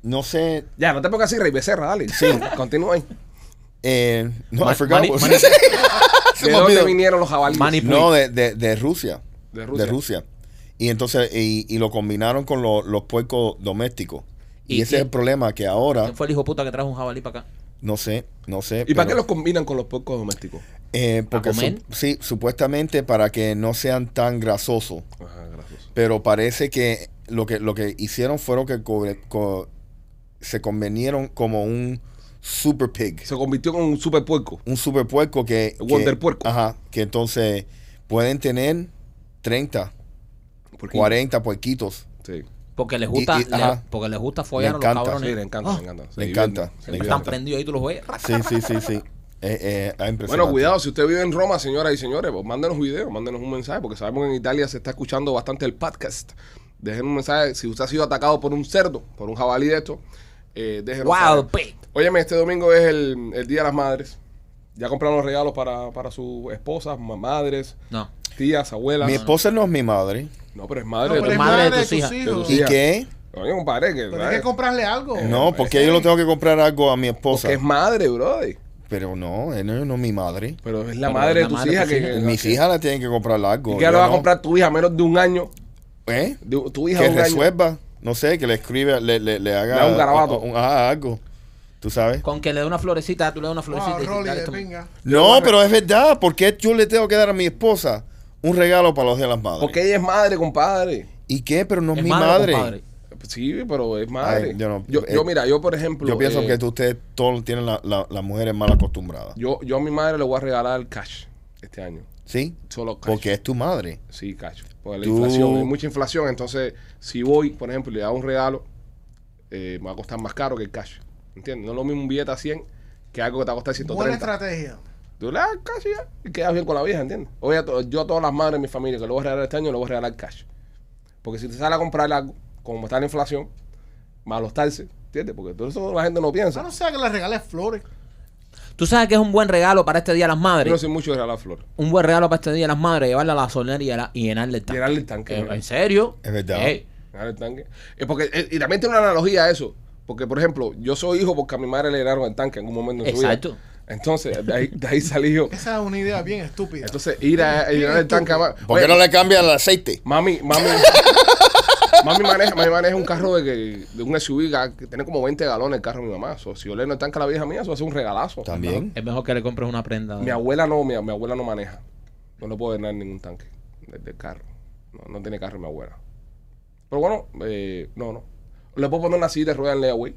Speaker 4: no sé.
Speaker 1: Ya, no te pongas así, Rey Becerra, dale. Sí. Continúa ahí.
Speaker 4: eh, no,
Speaker 2: Ma-
Speaker 4: I forgot
Speaker 2: mani-
Speaker 4: what-
Speaker 2: mani-
Speaker 4: Se
Speaker 1: ¿De
Speaker 4: me olvidó.
Speaker 1: dónde vinieron los jabalíes?
Speaker 2: Mani-
Speaker 4: No, de, de, de Rusia.
Speaker 1: De Rusia.
Speaker 4: De Rusia. Y entonces, y, y lo combinaron con lo- los puercos domésticos. Y,
Speaker 2: Y-
Speaker 4: ese
Speaker 2: y-
Speaker 4: es el problema que ahora,
Speaker 2: ¿Quién fue el hijo puta que trajo un jabalí para acá?
Speaker 4: no sé, no sé.
Speaker 1: ¿Y para qué
Speaker 4: pero-
Speaker 1: los combinan con los puercos domésticos?
Speaker 4: Eh, porque
Speaker 2: ¿Para comer?
Speaker 4: sup- sí, supuestamente para que no sean tan grasosos.
Speaker 1: Ajá, gracias.
Speaker 4: Pero parece que lo que, lo que hicieron fueron que cobre- co- se convenieron como un super pig.
Speaker 1: Se convirtió en un super puerco.
Speaker 4: Un super puerco que... que-
Speaker 1: Wonder puerco.
Speaker 4: Ajá. Que entonces pueden tener 30,
Speaker 1: Puerquito.
Speaker 4: 40 puerquitos.
Speaker 1: Sí.
Speaker 2: Porque les gusta,
Speaker 4: Y- y-
Speaker 2: le-
Speaker 4: ajá.
Speaker 2: porque les gusta follar
Speaker 4: Le
Speaker 2: a los
Speaker 4: encanta,
Speaker 1: Sí,
Speaker 2: cabrones.
Speaker 1: le encanta,
Speaker 2: Ah,
Speaker 1: le encanta. Se
Speaker 4: le
Speaker 1: divierten,
Speaker 4: encanta,
Speaker 1: se
Speaker 4: le
Speaker 2: Están
Speaker 1: divierten.
Speaker 4: encanta.
Speaker 2: prendidos ahí, tú los ves.
Speaker 4: Sí, sí, sí, sí. Eh, eh, ah, impresionante.
Speaker 1: Bueno, cuidado, si usted vive en Roma, señoras y señores, pues mándenos videos, mándenos un mensaje, porque sabemos que en Italia se está escuchando bastante el podcast. Dejen un mensaje, si usted ha sido atacado por un cerdo, por un jabalí de esto, eh, déjenos
Speaker 2: Wow,
Speaker 1: saber.
Speaker 2: pig.
Speaker 1: Óyeme, este domingo es el, el Día de las Madres. Ya compraron los regalos para, para sus esposas, ma- madres,
Speaker 2: No.
Speaker 1: tías, abuelas.
Speaker 4: Mi esposa no es mi madre.
Speaker 1: no, pero es
Speaker 3: No,
Speaker 1: madre.
Speaker 3: pero
Speaker 1: de
Speaker 3: es
Speaker 1: tu-
Speaker 2: madre de tus hijas.
Speaker 1: tus
Speaker 4: ¿Y
Speaker 1: hijas. Ya.
Speaker 3: Pero
Speaker 1: Oh,
Speaker 4: qué?
Speaker 1: Oye, compadre, que,
Speaker 3: hay que comprarle algo.
Speaker 4: No,
Speaker 1: parece
Speaker 4: porque yo le tengo que comprar algo a mi esposa.
Speaker 1: porque es madre, bro.
Speaker 4: Pero no, eh, no, no es mi madre.
Speaker 1: Pero es la
Speaker 2: Pero
Speaker 1: madre
Speaker 2: es la
Speaker 1: de tus
Speaker 2: madre pues, de
Speaker 1: hijas
Speaker 2: tus
Speaker 1: que...
Speaker 2: hijas.
Speaker 1: que-
Speaker 4: Mis
Speaker 1: que-
Speaker 4: hijas le tienen que comprar algo.
Speaker 1: ¿Y qué
Speaker 4: yo
Speaker 1: ahora va a
Speaker 4: no.
Speaker 1: comprar tu hija a menos de un año?
Speaker 4: ¿Eh?
Speaker 1: De- tu hija
Speaker 4: Que
Speaker 1: de un año.
Speaker 4: resuelva, no sé, que le escribe, le, le, le haga.
Speaker 1: Le haga un garabato.
Speaker 4: o- o- un- ajá, algo. ¿Tú sabes?
Speaker 2: Con que le dé una florecita, tú le das una
Speaker 3: Wow,
Speaker 2: florecita. y dices,
Speaker 3: Ah, Rolly
Speaker 2: dale,
Speaker 3: de
Speaker 2: toma.
Speaker 3: pinga.
Speaker 4: No, pero es verdad. ¿Por qué yo le tengo que dar a mi esposa un regalo para los días de las madres?
Speaker 1: Porque ella es madre, compadre. Pues
Speaker 4: ¿Y qué? Pero no es,
Speaker 2: Es
Speaker 4: mi
Speaker 2: madre o
Speaker 4: madre.
Speaker 2: compadre.
Speaker 1: Sí, pero es madre.
Speaker 4: Ay,
Speaker 1: yo,
Speaker 4: yo no-
Speaker 1: yo,
Speaker 4: eh,
Speaker 1: mira, yo por ejemplo.
Speaker 4: Yo pienso
Speaker 1: eh,
Speaker 4: que tú- ustedes todos tienen la- la- las mujeres mal acostumbradas.
Speaker 1: Yo, yo a mi madre le voy a regalar cash este año.
Speaker 4: ¿Sí?
Speaker 1: Solo cash.
Speaker 4: Porque es tu madre.
Speaker 1: Sí, cash. Porque la
Speaker 4: Tú-
Speaker 1: inflación, hay mucha inflación. Entonces, si voy, por ejemplo, y le hago un regalo, eh, me va a costar más caro que el cash. ¿Entiendes? No es lo mismo un billete a 100 que algo que te va a costar
Speaker 3: Buena
Speaker 1: 130.
Speaker 3: estrategia.
Speaker 1: Tú le das cash y ya. Y quedas bien con la vieja, ¿entiendes? Oye, a to- yo a todas las madres de mi familia que le voy a regalar este año, le voy a regalar cash. Porque si te sale a comprar algo, como está la inflación, malos taxes, ¿entiendes? Porque todo eso la gente no piensa.
Speaker 3: A no sea que le regales flores.
Speaker 2: Tú sabes que es un buen regalo para este Día de las
Speaker 1: Yo no
Speaker 2: Madres.
Speaker 1: soy mucho de regalar flores.
Speaker 2: Un buen regalo para este Día de las Madres, llevarla a la solera y llenarle el tanque.
Speaker 1: Llenarle el tanque.
Speaker 2: Eh, ¿En serio?
Speaker 4: Es verdad.
Speaker 2: Ey,
Speaker 1: Llenarle el tanque. Eh, porque, eh, y también tiene una analogía a eso. Porque, por ejemplo, yo soy hijo porque a mi madre le llenaron el tanque en un momento en su vida.
Speaker 2: Exacto.
Speaker 1: Entonces, de ahí, de ahí salí yo.
Speaker 3: Esa es una idea bien estúpida.
Speaker 1: Entonces, ir a, a llenar el tanque a ma-
Speaker 4: ¿Por
Speaker 1: Oye,
Speaker 4: qué no le cambian el aceite?
Speaker 1: Mami, mami. Mami maneja, mami maneja un carro de, que- de un SUV ga- que tiene como 20 galones el carro de mi mamá. So, si yo le no tanque a la vieja mía, eso hace un regalazo.
Speaker 4: También.
Speaker 2: Es mejor que le compres una prenda.
Speaker 1: Mi abuela no, mi, mi abuela no maneja. No le puedo llenar ningún tanque de, de carro. No, no tiene carro mi abuela. Pero bueno, eh, no, no. Le puedo poner una silla de ruedas en layaway,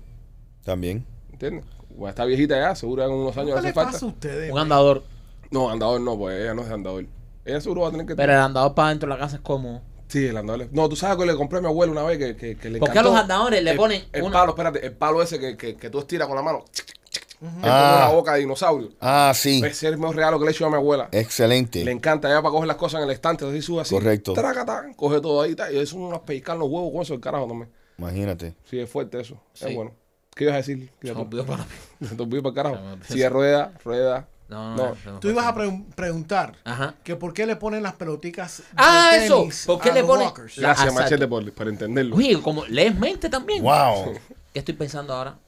Speaker 4: También.
Speaker 1: ¿entiendes? Bueno, está viejita ya, seguro en unos años
Speaker 3: ¿Qué
Speaker 1: le hace
Speaker 3: le
Speaker 1: falta.
Speaker 3: pasa a ustedes?
Speaker 2: Un andador.
Speaker 1: No, andador no, pues ella no es de andador. Ella seguro va a tener que...
Speaker 2: Pero el andador para dentro de la casa es cómodo.
Speaker 1: Sí, el andador. le- No, tú sabes que le compré a mi abuelo una vez que, que, que le
Speaker 2: ¿Por qué a
Speaker 1: encantó.
Speaker 2: los andadores le
Speaker 1: El-
Speaker 2: ponen
Speaker 1: Eh, El,
Speaker 2: una-
Speaker 1: palo, espérate, el palo ese que, que, que tú estiras con la mano. Es como
Speaker 4: Ah.
Speaker 1: una boca de dinosaurio.
Speaker 4: Ah, sí. Eh.
Speaker 1: Ese es el mejor regalo que le he hecho a mi abuela. Le
Speaker 4: Excelente.
Speaker 1: encanta ya para coger las cosas en el estante, así sube así.
Speaker 4: Correcto.
Speaker 1: Tracata, coge todo ahí. ta, Y eso unos pescar los huevos con eso el carajo también.
Speaker 4: Imagínate.
Speaker 1: Sí, es fuerte eso.
Speaker 2: Sí.
Speaker 1: Es bueno. ¿Qué ibas a decir?
Speaker 2: Se
Speaker 1: Ya
Speaker 2: me
Speaker 1: tú-
Speaker 2: olvidó para mí.
Speaker 1: Se te olvidó para el
Speaker 2: Se me
Speaker 1: carajo.
Speaker 2: olvidó.
Speaker 1: Sí, rueda, rueda.
Speaker 2: No,
Speaker 1: No,
Speaker 2: no, no.
Speaker 3: Tú ibas a pre- preguntar
Speaker 2: Ajá.
Speaker 3: que por qué le ponen las peloticas de
Speaker 2: Ah, eso.
Speaker 3: tenis
Speaker 2: ¿Por qué
Speaker 3: a
Speaker 2: le
Speaker 3: los
Speaker 2: ponen-
Speaker 3: walkers?
Speaker 2: La-
Speaker 1: Gracias,
Speaker 2: exacto.
Speaker 1: Machete, por, por entenderlo.
Speaker 2: Oye, como lees mente también.
Speaker 4: Wow.
Speaker 2: ¿Qué estoy pensando ahora?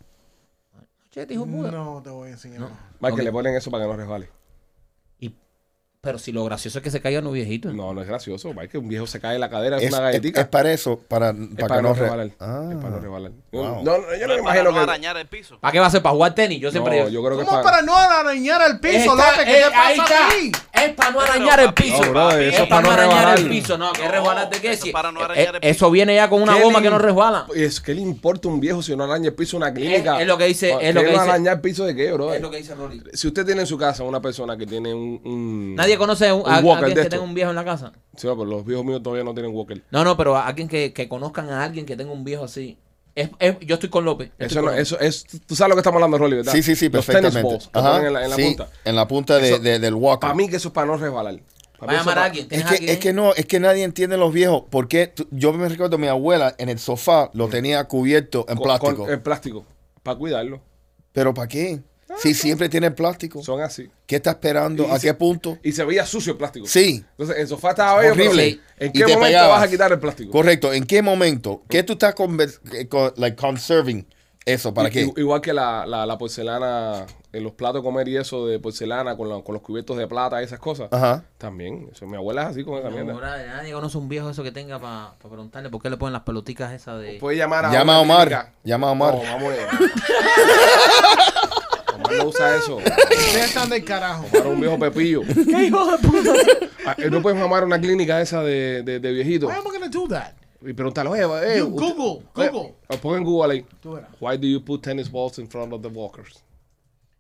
Speaker 2: Che, te dijo puta.
Speaker 3: No te voy a enseñar.
Speaker 1: Más que
Speaker 2: Ok.
Speaker 1: le ponen eso para que no resbale.
Speaker 2: Y- pero si lo gracioso es que se caigan los viejitos.
Speaker 1: No, no es gracioso. Mike, que un viejo se cae en la cadera, es,
Speaker 4: Es,
Speaker 1: una
Speaker 4: es,
Speaker 1: galletica.
Speaker 4: es para eso, para,
Speaker 1: Es
Speaker 4: para que no re-
Speaker 1: rebalar.
Speaker 4: Ah.
Speaker 1: Es para no rebalar. Yo, no, no,
Speaker 4: Wow.
Speaker 1: yo no me
Speaker 5: para
Speaker 1: imagino
Speaker 5: no
Speaker 1: que. Ah,
Speaker 5: arañar el piso.
Speaker 2: ¿Para qué va a ser? ¿Para jugar tenis? Yo siempre
Speaker 1: No,
Speaker 2: digo-
Speaker 1: yo creo que es
Speaker 3: ¿Cómo para no arañar al piso,
Speaker 2: Está-
Speaker 3: López? ¿Qué
Speaker 2: eh,
Speaker 3: te
Speaker 2: ahí
Speaker 3: pasa a
Speaker 2: está.
Speaker 3: ti?
Speaker 2: Es para no arañar el piso.
Speaker 1: No, bro, eso
Speaker 2: es
Speaker 1: es para
Speaker 2: para no
Speaker 1: no
Speaker 2: arañar el
Speaker 1: rebalar.
Speaker 2: piso. No, que
Speaker 5: No,
Speaker 2: resbalar de qué.
Speaker 5: eso
Speaker 2: Si-
Speaker 5: es para no
Speaker 2: eh,
Speaker 5: arañar el
Speaker 2: eh, Eso viene ya con una
Speaker 1: ¿Qué
Speaker 2: goma
Speaker 1: le Pues,
Speaker 2: que no
Speaker 1: im-
Speaker 2: resbala.
Speaker 1: Es que le importa un viejo si no araña el piso de una clínica.
Speaker 2: es lo que dice-
Speaker 1: Ah,
Speaker 2: es lo
Speaker 1: ¿qué
Speaker 2: que
Speaker 1: le va
Speaker 2: dice-
Speaker 1: a arañar el piso de qué, bro?
Speaker 2: Es lo que dice Rolly.
Speaker 1: Si usted tiene en su casa una persona que tiene un. un-
Speaker 2: Nadie conoce a, un-
Speaker 1: Un
Speaker 2: a- a
Speaker 1: walker
Speaker 2: alguien
Speaker 1: de
Speaker 2: que
Speaker 1: estos.
Speaker 2: tenga un viejo en la casa.
Speaker 1: Sí, no, pero los viejos míos todavía no tienen walker.
Speaker 2: No, no, pero a alguien que, que conozcan a alguien que tenga un viejo así. Es, es- yo estoy con López. Estoy
Speaker 1: Eso,
Speaker 2: con
Speaker 1: no,
Speaker 2: López.
Speaker 1: eso es. Tú sabes lo que estamos hablando, Rolly, ¿verdad?
Speaker 4: Sí, sí, sí,
Speaker 1: Los
Speaker 4: perfectamente.
Speaker 1: tennis balls que
Speaker 4: Ajá,
Speaker 1: ponen en la, en la
Speaker 4: sí,
Speaker 1: punta.
Speaker 4: en la punta de-
Speaker 1: Eso-
Speaker 4: de- del walker.
Speaker 1: Para mí que eso es para no resbalar. Para
Speaker 2: Va
Speaker 1: mí
Speaker 2: a
Speaker 1: eso
Speaker 2: llamar
Speaker 1: pa-
Speaker 2: a alguien.
Speaker 4: Es
Speaker 2: ¿Tienes
Speaker 4: que,
Speaker 2: alguien?
Speaker 4: es que no, es que nadie entiende los viejos. Porque tú- yo me recuerdo mi abuela en el sofá lo tenía cubierto en
Speaker 1: Mm. con-
Speaker 4: plástico.
Speaker 1: con- eh, en plástico. Para cuidarlo.
Speaker 4: Pero ¿para qué?
Speaker 1: Ah,
Speaker 4: Si siempre tiene plástico.
Speaker 1: Son así.
Speaker 4: ¿Qué está esperando?
Speaker 1: Y
Speaker 4: ¿A
Speaker 1: si-
Speaker 4: qué punto?
Speaker 1: Y se veía sucio el plástico.
Speaker 4: Sí.
Speaker 1: Entonces, el sofá estaba bello, pero
Speaker 4: Horrible.
Speaker 1: ¿en
Speaker 4: Y
Speaker 1: qué
Speaker 4: te
Speaker 1: momento
Speaker 4: pegabas.
Speaker 1: vas a quitar el plástico?
Speaker 4: Correcto. ¿En qué momento? ¿Qué tú estás conver- eh, con- like, conserving eso? ¿Para
Speaker 1: I-
Speaker 4: qué?
Speaker 1: i- Igual que la, la- la porcelana, en los platos de comer y eso de porcelana con, la- con los cubiertos de plata y esas cosas.
Speaker 4: Ajá.
Speaker 1: También. eso, mi abuela es así con esa
Speaker 2: No,
Speaker 1: mierda.
Speaker 2: ahora nadie conoce un viejo eso que tenga para preguntarle por qué le ponen las peloticas esas de.
Speaker 1: Puedes llamar a.
Speaker 4: Llama a
Speaker 1: una
Speaker 4: Omar.
Speaker 1: clínica.
Speaker 4: Llama a Omar.
Speaker 1: No, vamos a- Omar no usa eso.
Speaker 3: Ustedes están del carajo.
Speaker 1: Para un viejo pepillo.
Speaker 2: ¿Qué hijo de puta?
Speaker 1: Ah, eh, No puedes mamar a una clínica esa de, de, de viejito.
Speaker 3: Why am I gonna do that?
Speaker 1: Y preguntarle, oye, eh,
Speaker 3: You
Speaker 1: usted-
Speaker 3: Google,
Speaker 1: oye,
Speaker 3: Google.
Speaker 1: Pon en Google ahí.
Speaker 3: Tú verás.
Speaker 1: Why do you put tennis balls in front of the walkers?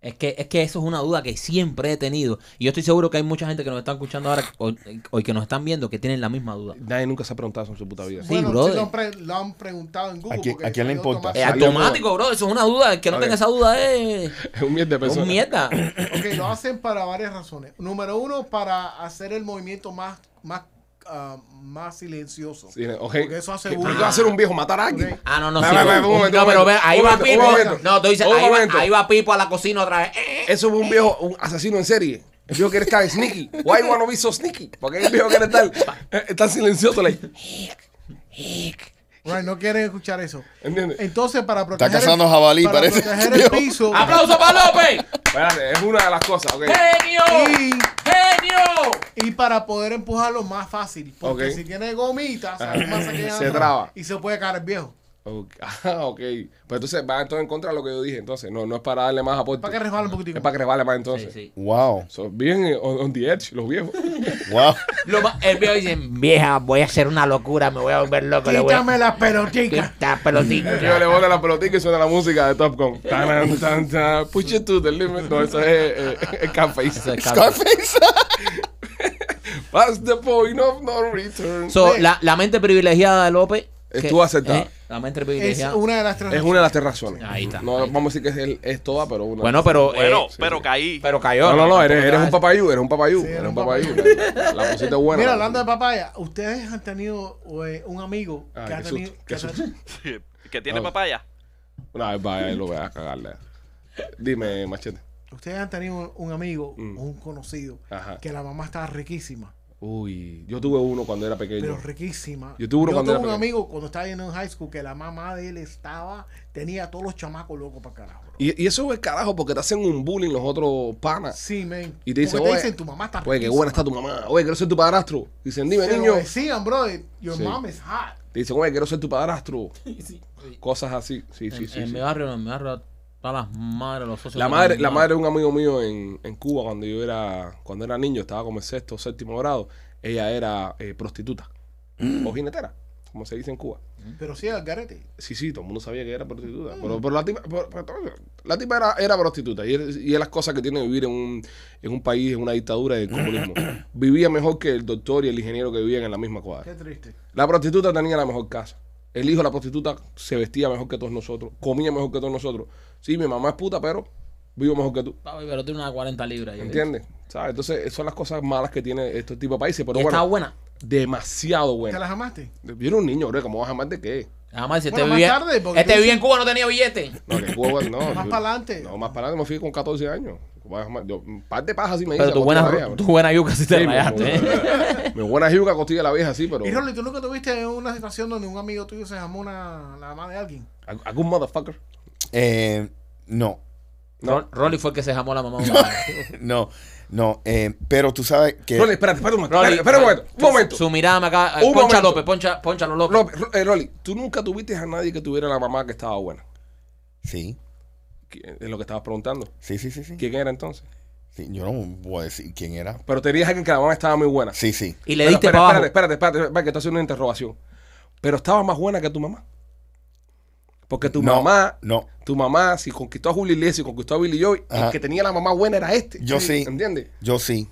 Speaker 2: Es que, es que eso es una duda que siempre he tenido. Y yo estoy seguro que hay mucha gente que nos está escuchando ahora o, o que nos están viendo que tienen la misma duda.
Speaker 1: Nadie nunca se ha preguntado eso en su puta vida.
Speaker 2: Sí,
Speaker 3: Bueno,
Speaker 2: brother.
Speaker 3: lo, han pre- lo han preguntado en Google.
Speaker 4: ¿A quién-
Speaker 3: porque
Speaker 4: a quién le
Speaker 3: salió
Speaker 4: importa?
Speaker 2: Es
Speaker 3: automático.
Speaker 1: Salió
Speaker 2: automático, bro. Eso es una duda. El que no
Speaker 1: A
Speaker 2: tenga
Speaker 1: ver.
Speaker 2: esa duda es.
Speaker 1: Es un mierda de
Speaker 2: Es
Speaker 1: persona.
Speaker 2: mierda.
Speaker 3: Ok, lo hacen para varias razones. Número uno, para hacer el movimiento más, más, ah, más silencioso.
Speaker 1: Sí, ok.
Speaker 3: Porque eso hace
Speaker 1: ¿Qué-
Speaker 3: bullying.
Speaker 1: ¿Por qué va a ser un viejo? ¿Matar a alguien?
Speaker 2: Ah, no, no,
Speaker 1: Va,
Speaker 2: sí,
Speaker 1: va,
Speaker 2: pero-
Speaker 1: va, un momento,
Speaker 2: no,
Speaker 1: un
Speaker 2: pero ve,
Speaker 1: momento,
Speaker 2: ahí
Speaker 1: un
Speaker 2: va
Speaker 1: momento,
Speaker 2: Pipo.
Speaker 1: un momento.
Speaker 2: No, tú dices,
Speaker 1: Un
Speaker 2: ahí
Speaker 1: momento.
Speaker 2: va, ahí va Pipo a la cocina otra vez. Eh, eh.
Speaker 1: Eso fue un viejo, un asesino en serie. El viejo quiere estar sneaky. Why wanna be so sneaky? Porque el viejo quiere estar eh, tan silencioso. like,
Speaker 3: Right, no quieren escuchar eso.
Speaker 1: ¿Entiendes?
Speaker 3: Entonces, para proteger,
Speaker 4: cazando
Speaker 3: el,
Speaker 4: jabalí,
Speaker 3: para
Speaker 4: parece.
Speaker 3: proteger el piso
Speaker 2: ¡Aplauso para López!
Speaker 1: Espérate, es una de las cosas, ok.
Speaker 2: ¡Genio!
Speaker 3: Sí.
Speaker 2: ¡Genio!
Speaker 3: y para poder empujarlo más fácil. Porque
Speaker 1: Ok.
Speaker 3: si tiene gomitas, sabe más
Speaker 1: Se
Speaker 3: que anda,
Speaker 1: traba.
Speaker 3: Y se puede caer el viejo.
Speaker 1: Ok, Ah, ok. Pues entonces va todo en contra de lo que yo dije. Entonces, no, no es para darle más aporte.
Speaker 3: Para que resbale un poquitico.
Speaker 1: Es para que resbale más entonces.
Speaker 2: Sí, sí.
Speaker 4: Wow.
Speaker 1: So, bien eh, on, on the edge, los viejos.
Speaker 4: Wow.
Speaker 2: Lo más- el viejo dice, vieja, voy a hacer una locura, me voy a volver loco. le voy a
Speaker 3: Quítame las pelotitas.
Speaker 2: quitar pelotita.
Speaker 1: El viejo le pone la pelotita y suena la música de Top Gun. Tan, tan, tan. Push it to the limit. No, eso es eh, eh, Scarface.
Speaker 4: Scarface.
Speaker 1: That's the point of no return.
Speaker 2: So, la, la mente privilegiada de López. que- eh,
Speaker 1: Estuvo acertada.
Speaker 2: la mente
Speaker 3: Es
Speaker 2: privilegiada.
Speaker 3: una de las tres.
Speaker 1: es una de las tres razones.
Speaker 2: Ahí está,
Speaker 1: No
Speaker 2: ahí está.
Speaker 1: vamos a decir que es, el- es toda, pero una.
Speaker 2: Bueno, pero. eh,
Speaker 5: Bueno,
Speaker 1: sí,
Speaker 5: pero
Speaker 1: sí.
Speaker 5: caí.
Speaker 2: pero cayó.
Speaker 1: No, no, no, eres,
Speaker 2: Tampoco
Speaker 1: eres un
Speaker 2: te-
Speaker 1: papayú, eres un papayú.
Speaker 3: era
Speaker 1: eres un
Speaker 3: un
Speaker 1: papayú. La, la pusiste buena.
Speaker 3: Mira, hablando de papaya, ustedes han tenido eh, un amigo
Speaker 1: Ah,
Speaker 3: que ha
Speaker 1: qué
Speaker 3: tenido.
Speaker 1: susto, qué
Speaker 3: que ha-
Speaker 1: susto.
Speaker 5: que tiene
Speaker 1: No.
Speaker 5: papaya.
Speaker 1: Una vez vaya y lo veas cagarle. Dime, machete.
Speaker 3: Ustedes han tenido un amigo,
Speaker 1: Mm.
Speaker 3: un conocido,
Speaker 1: Ajá.
Speaker 3: que la mamá estaba riquísima.
Speaker 1: Uy, yo tuve uno cuando era pequeño.
Speaker 3: Pero riquísima.
Speaker 1: Yo tuve uno cuando era
Speaker 3: un
Speaker 1: pequeño.
Speaker 3: amigo cuando estaba yendo en high school que la mamá de él estaba, tenía a todos los chamacos locos para carajo. bro.
Speaker 1: Y, y eso es carajo porque te hacen un bullying los otros panas.
Speaker 3: Sí, men.
Speaker 1: Ah. Y te dicen,
Speaker 3: Porque
Speaker 1: oye,
Speaker 3: te dicen, tu mamá está
Speaker 1: Oye, qué
Speaker 3: riquísima".
Speaker 1: buena está tu mamá. Oye, quiero ser tu padrastro. Dicen, dime,
Speaker 3: Se lo
Speaker 1: niño.
Speaker 3: decían, bro, your
Speaker 1: Sí.
Speaker 3: mom is hot.
Speaker 1: Te dicen, oye, quiero ser tu padrastro. Cosas así. Sí, sí,
Speaker 2: en,
Speaker 1: sí.
Speaker 2: en
Speaker 1: sí.
Speaker 2: mi barrio, en mi barrio, todas las madres, los socios.
Speaker 1: La
Speaker 2: eran
Speaker 1: madre, la
Speaker 2: malas.
Speaker 1: madre de un amigo mío en, en Cuba, cuando yo era, cuando era niño, estaba como en sexto o séptimo grado, ella era eh, prostituta. O jinetera, como se dice en Cuba.
Speaker 3: Pero sí, al garete.
Speaker 1: Sí, sí, todo el mundo sabía que era prostituta. Pero, pero la tipa, pero- pero- la tipa era, era prostituta. Y, es- y es las cosas que tiene vivir en un, en un país, en una dictadura del comunismo. Vivía mejor que el doctor y el ingeniero que vivían en la misma cuadra.
Speaker 3: Qué triste.
Speaker 1: La prostituta tenía la mejor casa. El hijo de la prostituta se vestía mejor que todos nosotros, comía mejor que todos nosotros. Sí, mi mamá es puta, pero vivo mejor que tú.
Speaker 2: Papi, pero tiene una 40 libras. yo-
Speaker 1: ¿Entiendes? ¿Sabes? Entonces, son las cosas malas que tiene este tipo de países. Pero
Speaker 2: Y está
Speaker 1: bueno,
Speaker 2: buena.
Speaker 1: demasiado
Speaker 3: ¿Te
Speaker 1: bueno.
Speaker 3: las amaste?
Speaker 1: Yo era un niño, bro, ¿cómo vas a amar de qué?
Speaker 2: Además, si este
Speaker 3: Bueno, más
Speaker 2: vivía,
Speaker 3: tarde, porque
Speaker 2: este
Speaker 3: tú
Speaker 2: vivía en Cuba, no tenía billete.
Speaker 1: No, que Cuba, no.
Speaker 3: Más
Speaker 1: yo-
Speaker 3: pa'lante.
Speaker 1: No, más para adelante me fui con 14 años. ¿Cómo vas a amar? Yo, un par de pajas así me
Speaker 2: Pero
Speaker 1: hice,
Speaker 2: tu
Speaker 1: coño, la vieja,
Speaker 2: buena,
Speaker 1: bro.
Speaker 2: tu buena yuca sí te
Speaker 1: Sí, mi-
Speaker 2: rayaste, ¿eh?
Speaker 1: Mi buena yuca costilla la vieja, sí, pero.
Speaker 3: Y Rolly, ¿tú nunca tuviste una situación donde un amigo tuyo se llamó una, la mamá de alguien?
Speaker 1: Al- Algún motherfucker.
Speaker 4: Eh, no,
Speaker 1: No.
Speaker 2: Ro- Rolly fue el que se jamó la mamá. una vez.
Speaker 4: no, no. eh, pero tú sabes que.
Speaker 1: Rolly, espérate, espérate un momento.
Speaker 2: Rolly,
Speaker 1: Espera un momento. Un
Speaker 2: su-
Speaker 1: momento.
Speaker 2: Su mirada me acaba. eh,
Speaker 1: Un
Speaker 2: Poncha
Speaker 1: momento.
Speaker 2: López, poncha, ponchalo López.
Speaker 1: López, Ro- eh, Rolly, tú nunca tuviste a nadie que tuviera la mamá que estaba buena.
Speaker 4: Sí,
Speaker 1: Que- Es lo que estabas preguntando.
Speaker 4: sí, sí, sí. sí.
Speaker 1: ¿Quién era entonces?
Speaker 4: Sí, Yo no voy a decir quién era.
Speaker 1: Pero tenías alguien que la mamá estaba muy buena.
Speaker 4: Sí, sí.
Speaker 2: Y le
Speaker 1: Pero
Speaker 2: diste
Speaker 1: espérate,
Speaker 2: para abajo.
Speaker 1: espérate, espérate, espérate, espérate, que esto es una interrogación. Pero estaba más buena que tu mamá. Porque tu
Speaker 4: No,
Speaker 1: mamá,
Speaker 4: no.
Speaker 1: tu mamá, si conquistó a Julio Iglesias y conquistó a Billy Joy, el
Speaker 4: Ajá.
Speaker 1: que tenía la mamá buena era este.
Speaker 4: Yo sí.
Speaker 1: ¿Entiendes?
Speaker 4: Yo sí.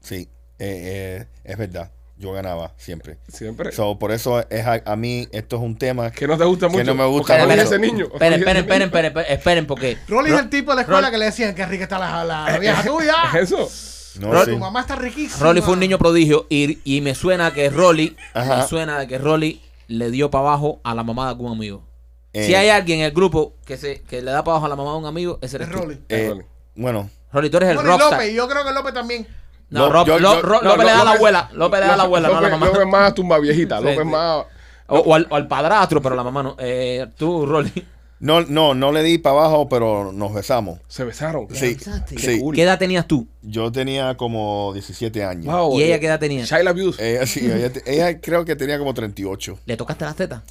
Speaker 4: Sí. Eh, eh, es verdad. Yo ganaba siempre.
Speaker 1: Siempre.
Speaker 4: So, por eso es a, a mí esto es un tema
Speaker 1: que no te gusta
Speaker 4: Que
Speaker 1: mucho.
Speaker 4: no me gusta
Speaker 1: Porque
Speaker 4: mucho.
Speaker 1: odias
Speaker 2: Esperen,
Speaker 1: ese niño.
Speaker 2: esperen,
Speaker 1: Odias
Speaker 2: esperen,
Speaker 1: ese niño.
Speaker 2: esperen, esperen, esperen, porque
Speaker 3: Rolly es el tipo de la escuela
Speaker 2: Rolly-
Speaker 3: que le decían que rica está la,
Speaker 4: Eh,
Speaker 3: la vieja tuya.
Speaker 1: ¿Es eso?
Speaker 4: no
Speaker 3: Tu
Speaker 4: eh, sí.
Speaker 3: mamá está riquísima.
Speaker 2: Rolly fue un niño prodigio y, y me suena que Rolly,
Speaker 4: Ajá.
Speaker 2: me suena que Rolly le dio para abajo a la mamá de algún amigo.
Speaker 4: Eh,
Speaker 2: Si hay alguien en el grupo que se que le da para abajo a la mamá de un amigo, ese
Speaker 3: Es
Speaker 2: eres tú. Rolly.
Speaker 3: Rolly.
Speaker 4: eh,
Speaker 1: Rolly.
Speaker 4: bueno,
Speaker 2: tú eres el
Speaker 3: Rolly
Speaker 2: rockstar.
Speaker 3: López, y yo creo que López también.
Speaker 2: No,
Speaker 4: Lo-
Speaker 2: Ro-
Speaker 4: yo-
Speaker 2: Lo-
Speaker 4: yo-
Speaker 2: Ro- López le da a la abuela. López le da a la abuela, no a la
Speaker 1: López-
Speaker 2: mamá.
Speaker 1: López más tumba viejita.
Speaker 2: Sí,
Speaker 1: López
Speaker 2: sí.
Speaker 1: más.
Speaker 2: O, o al, o al padrastro, pero la mamá no. Eh, tú, Rolly.
Speaker 4: no, no, no le di para abajo, pero nos besamos.
Speaker 1: Se besaron.
Speaker 4: Sí,
Speaker 2: besaste?
Speaker 4: sí.
Speaker 1: Cool.
Speaker 2: ¿Qué edad tenías tú?
Speaker 4: Yo tenía como 17 años.
Speaker 1: Wow,
Speaker 2: ¿Y ella
Speaker 1: eh,
Speaker 2: qué edad tenía?
Speaker 1: Child abuse.
Speaker 4: Ella, sí, ella, te- ella creo que tenía como 38.
Speaker 2: ¿Le tocaste las tetas?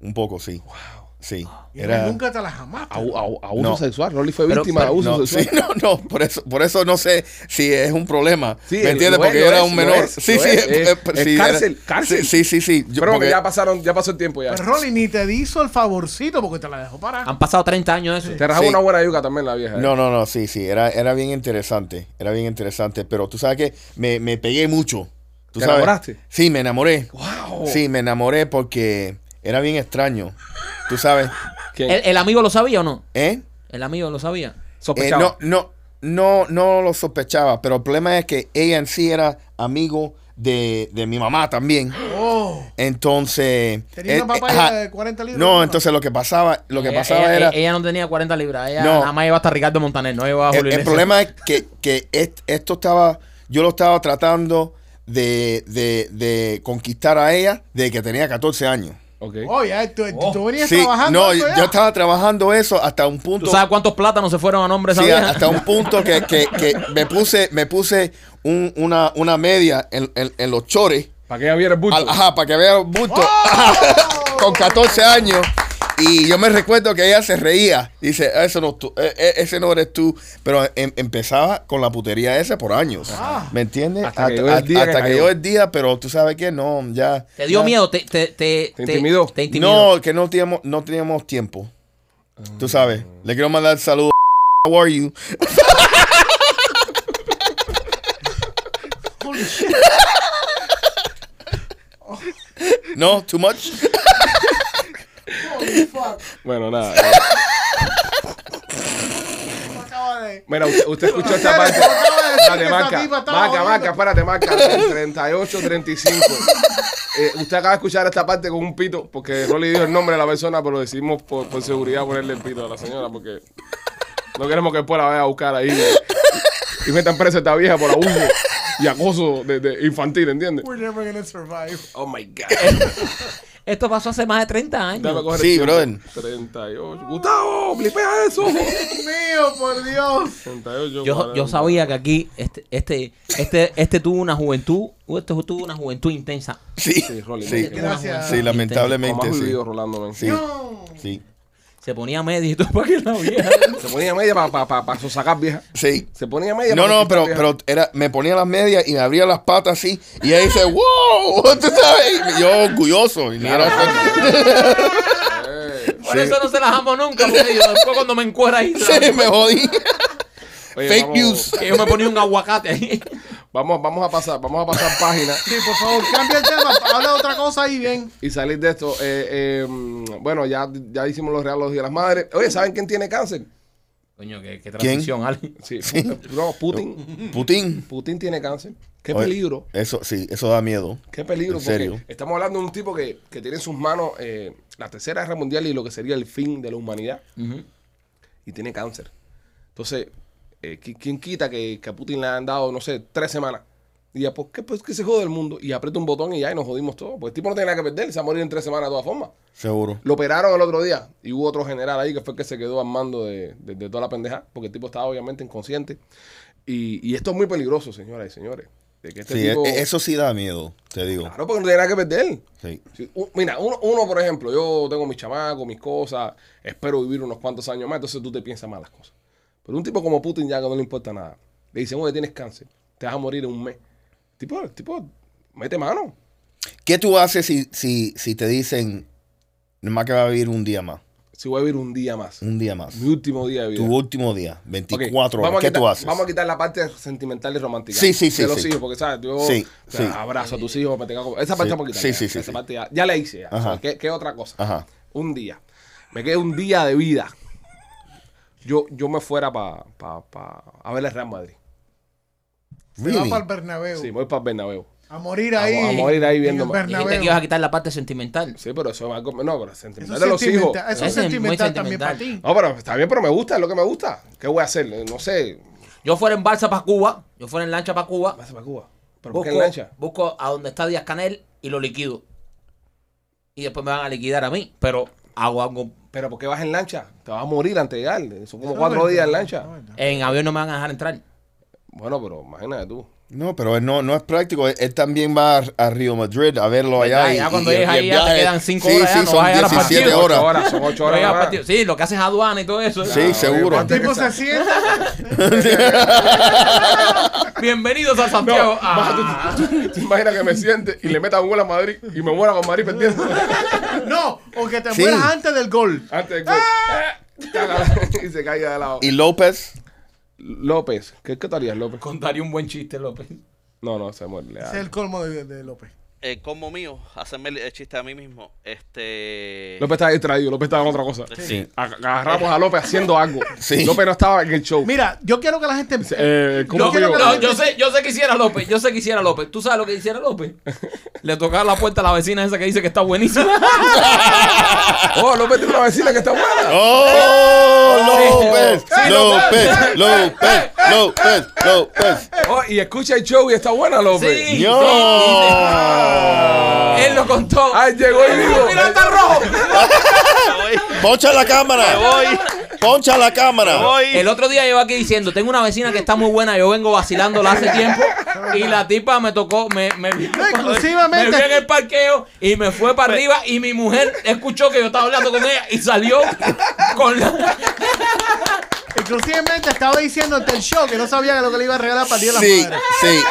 Speaker 4: Un poco, sí. Sí.
Speaker 3: Y
Speaker 4: Era.
Speaker 3: nunca te las amaste.
Speaker 1: Au- au- Abuso
Speaker 4: No.
Speaker 1: sexual. Rolly fue
Speaker 2: Pero-
Speaker 1: víctima de
Speaker 2: pero-
Speaker 1: abuso
Speaker 4: No, sí,
Speaker 1: sexual.
Speaker 4: no, no, por eso, por eso no sé si es un problema.
Speaker 1: Sí,
Speaker 4: ¿Me entiendes?
Speaker 1: lo es,
Speaker 4: Porque
Speaker 1: lo
Speaker 4: yo era
Speaker 1: es,
Speaker 4: un
Speaker 1: lo
Speaker 4: menor.
Speaker 1: es,
Speaker 4: sí,
Speaker 1: lo
Speaker 4: sí,
Speaker 1: es, es-
Speaker 4: eh,
Speaker 1: es
Speaker 4: sí, era-
Speaker 1: cárcel, cárcel.
Speaker 4: Sí, sí, sí. sí, yo-
Speaker 1: Pero
Speaker 4: porque-
Speaker 1: ya pasaron, ya pasó el tiempo ya.
Speaker 3: Pero Pues, Rolly ni te hizo el favorcito porque te la dejó parar.
Speaker 2: Han pasado 30 años de eso.
Speaker 1: Te rajó
Speaker 4: Sí.
Speaker 1: una buena yuca también la vieja. eh.
Speaker 4: No, no, no, sí, sí, era, era bien interesante, era bien interesante, pero tú sabes que me, me pegué mucho. ¿Tú
Speaker 1: ¿Te
Speaker 4: sabes?
Speaker 1: enamoraste?
Speaker 4: Sí, me enamoré.
Speaker 1: Wow.
Speaker 4: Sí, me enamoré porque era bien extraño. ¿Tú sabes?
Speaker 1: ¿Quién?
Speaker 2: ¿El, el amigo lo sabía o no?
Speaker 4: ¿Eh?
Speaker 2: El amigo lo sabía.
Speaker 4: Eh,
Speaker 1: Sospechaba.
Speaker 4: no, no, no, no lo sospechaba, pero el problema es que ella en sí era amigo de, de mi mamá también.
Speaker 3: Oh.
Speaker 4: Entonces.
Speaker 3: Tenía una
Speaker 4: eh, eh,
Speaker 3: papaya
Speaker 4: ajá.
Speaker 3: de 40 libras.
Speaker 4: No, entonces lo que pasaba, lo que
Speaker 2: Ella-
Speaker 4: pasaba
Speaker 2: ella,
Speaker 4: era.
Speaker 2: Ella, no tenía 40 libras. Ella
Speaker 4: No.
Speaker 2: nada más iba hasta Ricardo Montaner, no iba a
Speaker 4: el,
Speaker 2: Julio
Speaker 4: el
Speaker 2: Iglesias.
Speaker 4: problema es que, que est- esto estaba, yo lo estaba tratando de, de- de conquistar a ella desde que tenía 14 años.
Speaker 1: Ok.
Speaker 3: Oh, ya, tú, tú- tú venías
Speaker 4: Sí,
Speaker 3: trabajando.
Speaker 4: no,
Speaker 3: eso
Speaker 4: yo
Speaker 3: ya.
Speaker 4: yo estaba trabajando eso hasta un punto.
Speaker 2: ¿Tú sabes cuántos plátanos se fueron a nombre de esa
Speaker 4: sí,
Speaker 2: vieja?
Speaker 4: hasta un punto que, que- que me puse, me puse un- una, una media en, en- en los chores.
Speaker 1: Para que ella viera el bulto.
Speaker 4: Al- ajá, para que vea un bulto.
Speaker 2: ¡Oh!
Speaker 4: Con 14 años. Y yo me recuerdo que ella se reía. Dice, eso no tú, eh, eh, ese no eres tú. Pero em- empezaba con la putería esa por años.
Speaker 2: Ah.
Speaker 4: ¿Me entiendes?
Speaker 1: Hasta que llegó el día que
Speaker 4: hasta que
Speaker 1: cayó.
Speaker 4: llegó el día, pero tú sabes que no, ya.
Speaker 2: Te dio
Speaker 4: ya-
Speaker 2: miedo, te, te, te,
Speaker 1: ¿Te intimidó?
Speaker 2: Te intimidó.
Speaker 4: No, que no teníamos, no teníamos tiempo. Tú sabes. Le quiero mandar saludos. How are you?
Speaker 3: Holy shit.
Speaker 4: No, too much.
Speaker 3: Holy fuck.
Speaker 1: Bueno, nada. eh.
Speaker 3: Acaba de.
Speaker 1: Mira, usted, usted escuchó esta
Speaker 3: Acaba de
Speaker 1: parte. Espérate,
Speaker 3: decir que esa
Speaker 1: Maca,
Speaker 3: tipa estaba
Speaker 1: Maca, Maca,
Speaker 3: jodiendo.
Speaker 1: espérate, Maca. 38, 35. Eh, usted acaba de escuchar esta parte con un pito, porque Rolly dijo el nombre de la persona, pero decidimos por, por seguridad ponerle el pito a la señora, porque no queremos que después la vaya a buscar ahí. eh, Y metan presa a esta vieja por abuso. y acoso de, de infantil, ¿entiendes?
Speaker 3: We're never gonna survive.
Speaker 1: Oh my God.
Speaker 2: Esto pasó hace más de 30
Speaker 1: Déjame
Speaker 2: años.
Speaker 1: coger
Speaker 4: Sí,
Speaker 1: el tiempo.
Speaker 4: brother.
Speaker 1: 38. Gustavo, blipea eso.
Speaker 3: Dios mío, por Dios.
Speaker 1: 38.
Speaker 2: Yo, yo sabía que aquí este, este, este, este tuvo una juventud, este tuvo una juventud intensa.
Speaker 4: Sí,
Speaker 1: Sí, Rolly,
Speaker 4: sí,
Speaker 1: no,
Speaker 3: que- Gracias.
Speaker 4: sí, lamentablemente
Speaker 1: Más
Speaker 4: sí.
Speaker 1: vivido, Rolando, man.
Speaker 4: Sí,
Speaker 3: No.
Speaker 4: sí,
Speaker 2: Se ponía medio y todo para que la viera.
Speaker 1: Se ponía media para pa, pa, pa sosacar vieja.
Speaker 4: sí.
Speaker 1: Se ponía media
Speaker 4: No,
Speaker 1: pa
Speaker 4: no,
Speaker 1: sosacar
Speaker 4: pero,
Speaker 1: vieja.
Speaker 4: pero era, me ponía las medias y me abría las patas así. Y ella dice, wow, tú sabes. Y yo orgulloso. Y ni era fuerte.
Speaker 1: Eh,
Speaker 2: Por eso no se las amo nunca, porque yo después cuando me encuera ahí,
Speaker 4: Sí, me jodí.
Speaker 1: Oye,
Speaker 4: Fake
Speaker 1: vamos-
Speaker 4: news.
Speaker 2: que yo me ponía un aguacate ahí.
Speaker 1: Vamos, vamos a pasar, vamos a pasar página.
Speaker 3: Sí, por favor, cambia el tema. Habla de otra cosa ahí bien.
Speaker 1: y salir de esto. Eh, eh, mm, bueno, ya, ya hicimos los regalos de las madres. Oye, ¿saben quién tiene cáncer?
Speaker 2: Coño, qué, qué
Speaker 4: transición,
Speaker 2: transición, Ali.
Speaker 1: Sí. No, Putin.
Speaker 4: Putin.
Speaker 1: Putin tiene cáncer. Qué
Speaker 4: Oye,
Speaker 1: peligro.
Speaker 4: Eso, sí, eso da miedo.
Speaker 1: Qué peligro.
Speaker 4: ¿En
Speaker 1: porque
Speaker 4: serio?
Speaker 1: estamos hablando de un tipo que, que tiene en sus manos eh, la tercera guerra mundial y lo que sería el fin de la humanidad. Y tiene cáncer. Entonces, eh, ¿qui- ¿quién quita que, que a Putin le han dado, no sé, tres semanas? Y ya, pues, ¿qué, pues, que se jode el mundo? Y aprieta un botón y ya, y nos jodimos todos. Pues el tipo no tiene nada que perder, se va a morir en tres semanas de todas formas.
Speaker 4: Seguro.
Speaker 1: Lo operaron el otro día y hubo otro general ahí que fue el que se quedó al mando de, de- de toda la pendeja, porque el tipo estaba obviamente inconsciente. Y, y esto es muy peligroso, señoras y señores. De que este
Speaker 4: Sí,
Speaker 1: tipo,
Speaker 4: e- eso sí da miedo, te digo.
Speaker 1: Claro, porque no tiene nada que perder.
Speaker 4: Sí.
Speaker 1: Si- u- Mira, uno, uno, por ejemplo, yo tengo mis chamacos, mis cosas, espero vivir unos cuantos años más, entonces tú te piensas más las cosas. Pero un tipo como Putin ya que no le importa nada. Le dicen, oye, tienes cáncer, te vas a morir en un mes. Tipo, tipo, mete mano.
Speaker 4: ¿Qué tú haces si, si, si te dicen, nomás que va a vivir un día más?
Speaker 1: Si voy a vivir un día más,
Speaker 4: Un día más.
Speaker 1: mi último día de vida.
Speaker 4: Tu último día,
Speaker 1: Ok,
Speaker 4: 24 horas.
Speaker 1: vamos a
Speaker 4: ¿Qué
Speaker 1: quitar-
Speaker 4: tú haces?
Speaker 1: Vamos a quitar la parte sentimental y romántica.
Speaker 4: Sí, sí, sí,
Speaker 1: De los
Speaker 4: sí.
Speaker 1: hijos, porque, ¿sabes? Yo
Speaker 4: Sí,
Speaker 1: o sea,
Speaker 4: sí.
Speaker 1: abrazo a tus hijos, me tenga como- Esa parte
Speaker 4: Sí,
Speaker 1: vamos a quitar.
Speaker 4: sí, sí, sí,
Speaker 1: Esa
Speaker 4: sí.
Speaker 1: parte ya, ya la hice. ya.
Speaker 4: Ajá.
Speaker 1: O sea, ¿qué, qué otra cosa?
Speaker 4: Ajá.
Speaker 1: Un día. Me quedé un día de vida. Yo, yo me fuera para pa, pa- a ver el Real Madrid.
Speaker 4: Really?
Speaker 3: Se va para el Bernabéu.
Speaker 1: Sí, me voy para el Bernabéu.
Speaker 3: A morir ahí.
Speaker 1: A- a morir ahí viendo-
Speaker 3: en el
Speaker 2: Dijiste
Speaker 3: Bernabéu.
Speaker 2: que ibas a quitar la parte sentimental.
Speaker 1: Sí, pero eso va algo. No, pero
Speaker 3: Eso
Speaker 1: sentimental
Speaker 3: es
Speaker 1: de los hijos.
Speaker 3: sentimental, eso es
Speaker 2: Ese es muy
Speaker 3: sentimental también para ti.
Speaker 2: sentimental.
Speaker 1: No, pero está bien, pero me gusta, es lo que me gusta. ¿Qué voy a hacer? No sé.
Speaker 2: Yo fuera en balsa para Cuba, yo fuera en lancha para Cuba,
Speaker 1: Vas para Cuba. ¿Pero por
Speaker 2: busco,
Speaker 1: qué en lancha?
Speaker 2: busco a donde está Díaz Canel y lo liquido. Y después me van a liquidar a mí, pero hago algo.
Speaker 1: ¿Pero por qué vas en lancha? Te vas a morir antes de llegar. Son como
Speaker 3: Eso
Speaker 1: cuatro
Speaker 3: es
Speaker 1: días en
Speaker 3: verdad,
Speaker 1: lancha.
Speaker 3: eso es verdad.
Speaker 2: En avión no me van a dejar entrar.
Speaker 1: Bueno, pero imagínate tú.
Speaker 4: No, pero él no, no es práctico. Él, él también va a, a Río Madrid a verlo allá.
Speaker 2: Pues Ya,
Speaker 4: y-
Speaker 2: ya cuando
Speaker 4: y el-
Speaker 2: llegues
Speaker 4: y el
Speaker 2: ahí ya te
Speaker 4: viaje-
Speaker 2: quedan cinco
Speaker 4: sí,
Speaker 2: horas ya,
Speaker 4: Sí,
Speaker 2: no
Speaker 4: son
Speaker 2: vayas a la
Speaker 4: 17
Speaker 2: partida.
Speaker 4: horas.
Speaker 1: Ocho horas, son ocho horas.
Speaker 2: Oiga,
Speaker 1: nada más.
Speaker 2: partido- sí, lo que haces aduana y todo eso.
Speaker 4: Sí,
Speaker 1: oye,
Speaker 4: seguro.
Speaker 1: aparte
Speaker 3: El
Speaker 2: pues,
Speaker 3: tipo
Speaker 1: que se-
Speaker 3: se sienta.
Speaker 2: Bienvenidos a
Speaker 1: No,
Speaker 2: Santiago. Ah.
Speaker 1: baja, tú- tú- tú- tú imaginas que me siente y le meta un gol a Madrid y me muera con Madrid perdiendo
Speaker 3: No, o que te
Speaker 4: Sí.
Speaker 3: mueras antes del gol.
Speaker 1: antes de gol.
Speaker 3: ¡Ah!
Speaker 1: y se caiga de lado.
Speaker 4: Y López,
Speaker 1: López, ¿qué, qué te harías, López?
Speaker 2: Contaría un buen chiste, López.
Speaker 1: No, no, se muere. le da-
Speaker 3: Ese es el colmo de, de López.
Speaker 5: El combo mío, hacerme el el chiste a mí mismo. Este.
Speaker 1: López estaba distraído, López estaba en otra cosa.
Speaker 5: Sí.
Speaker 1: Aga- Agarramos a López haciendo algo.
Speaker 4: Sí.
Speaker 1: López no estaba en el show.
Speaker 3: Mira, yo quiero que la gente.
Speaker 1: Eh, ¿cómo
Speaker 2: No,
Speaker 1: fue yo?
Speaker 2: no, yo sé, yo sé que hiciera López, yo sé que hiciera López. ¿Tú sabes lo que hiciera López? Le tocaba la puerta a la vecina esa que dice que está buenísima.
Speaker 1: Oh, López tiene una vecina que está
Speaker 2: Ah,
Speaker 1: buena.
Speaker 4: ¡Oh! López,
Speaker 1: ¡Eh,
Speaker 4: López,
Speaker 1: López!
Speaker 4: López, López, López.
Speaker 1: Oh, y escucha el show y está buena, López.
Speaker 2: Sí.
Speaker 4: ¡Yo!
Speaker 2: Él lo contó.
Speaker 1: Ay, llegó y dijo.
Speaker 2: Mira, está rojo.
Speaker 5: Me voy,
Speaker 4: Poncha la cámara.
Speaker 5: me voy,
Speaker 4: Poncha la
Speaker 5: me
Speaker 4: cámara.
Speaker 5: voy.
Speaker 2: El otro día yo aquí diciendo, tengo una vecina que está muy buena, yo vengo vacilándola hace tiempo. Y la tipa me tocó, me, me, vio-
Speaker 3: No, exclusivamente.
Speaker 2: me vio en el parqueo y me fue para arriba y mi mujer escuchó que yo estaba hablando con ella y salió con la...
Speaker 3: Inclusivemente estaba diciendo ante el show que no sabía lo que le iba a regalar para el día de
Speaker 4: Sí,
Speaker 3: las madres.
Speaker 4: sí,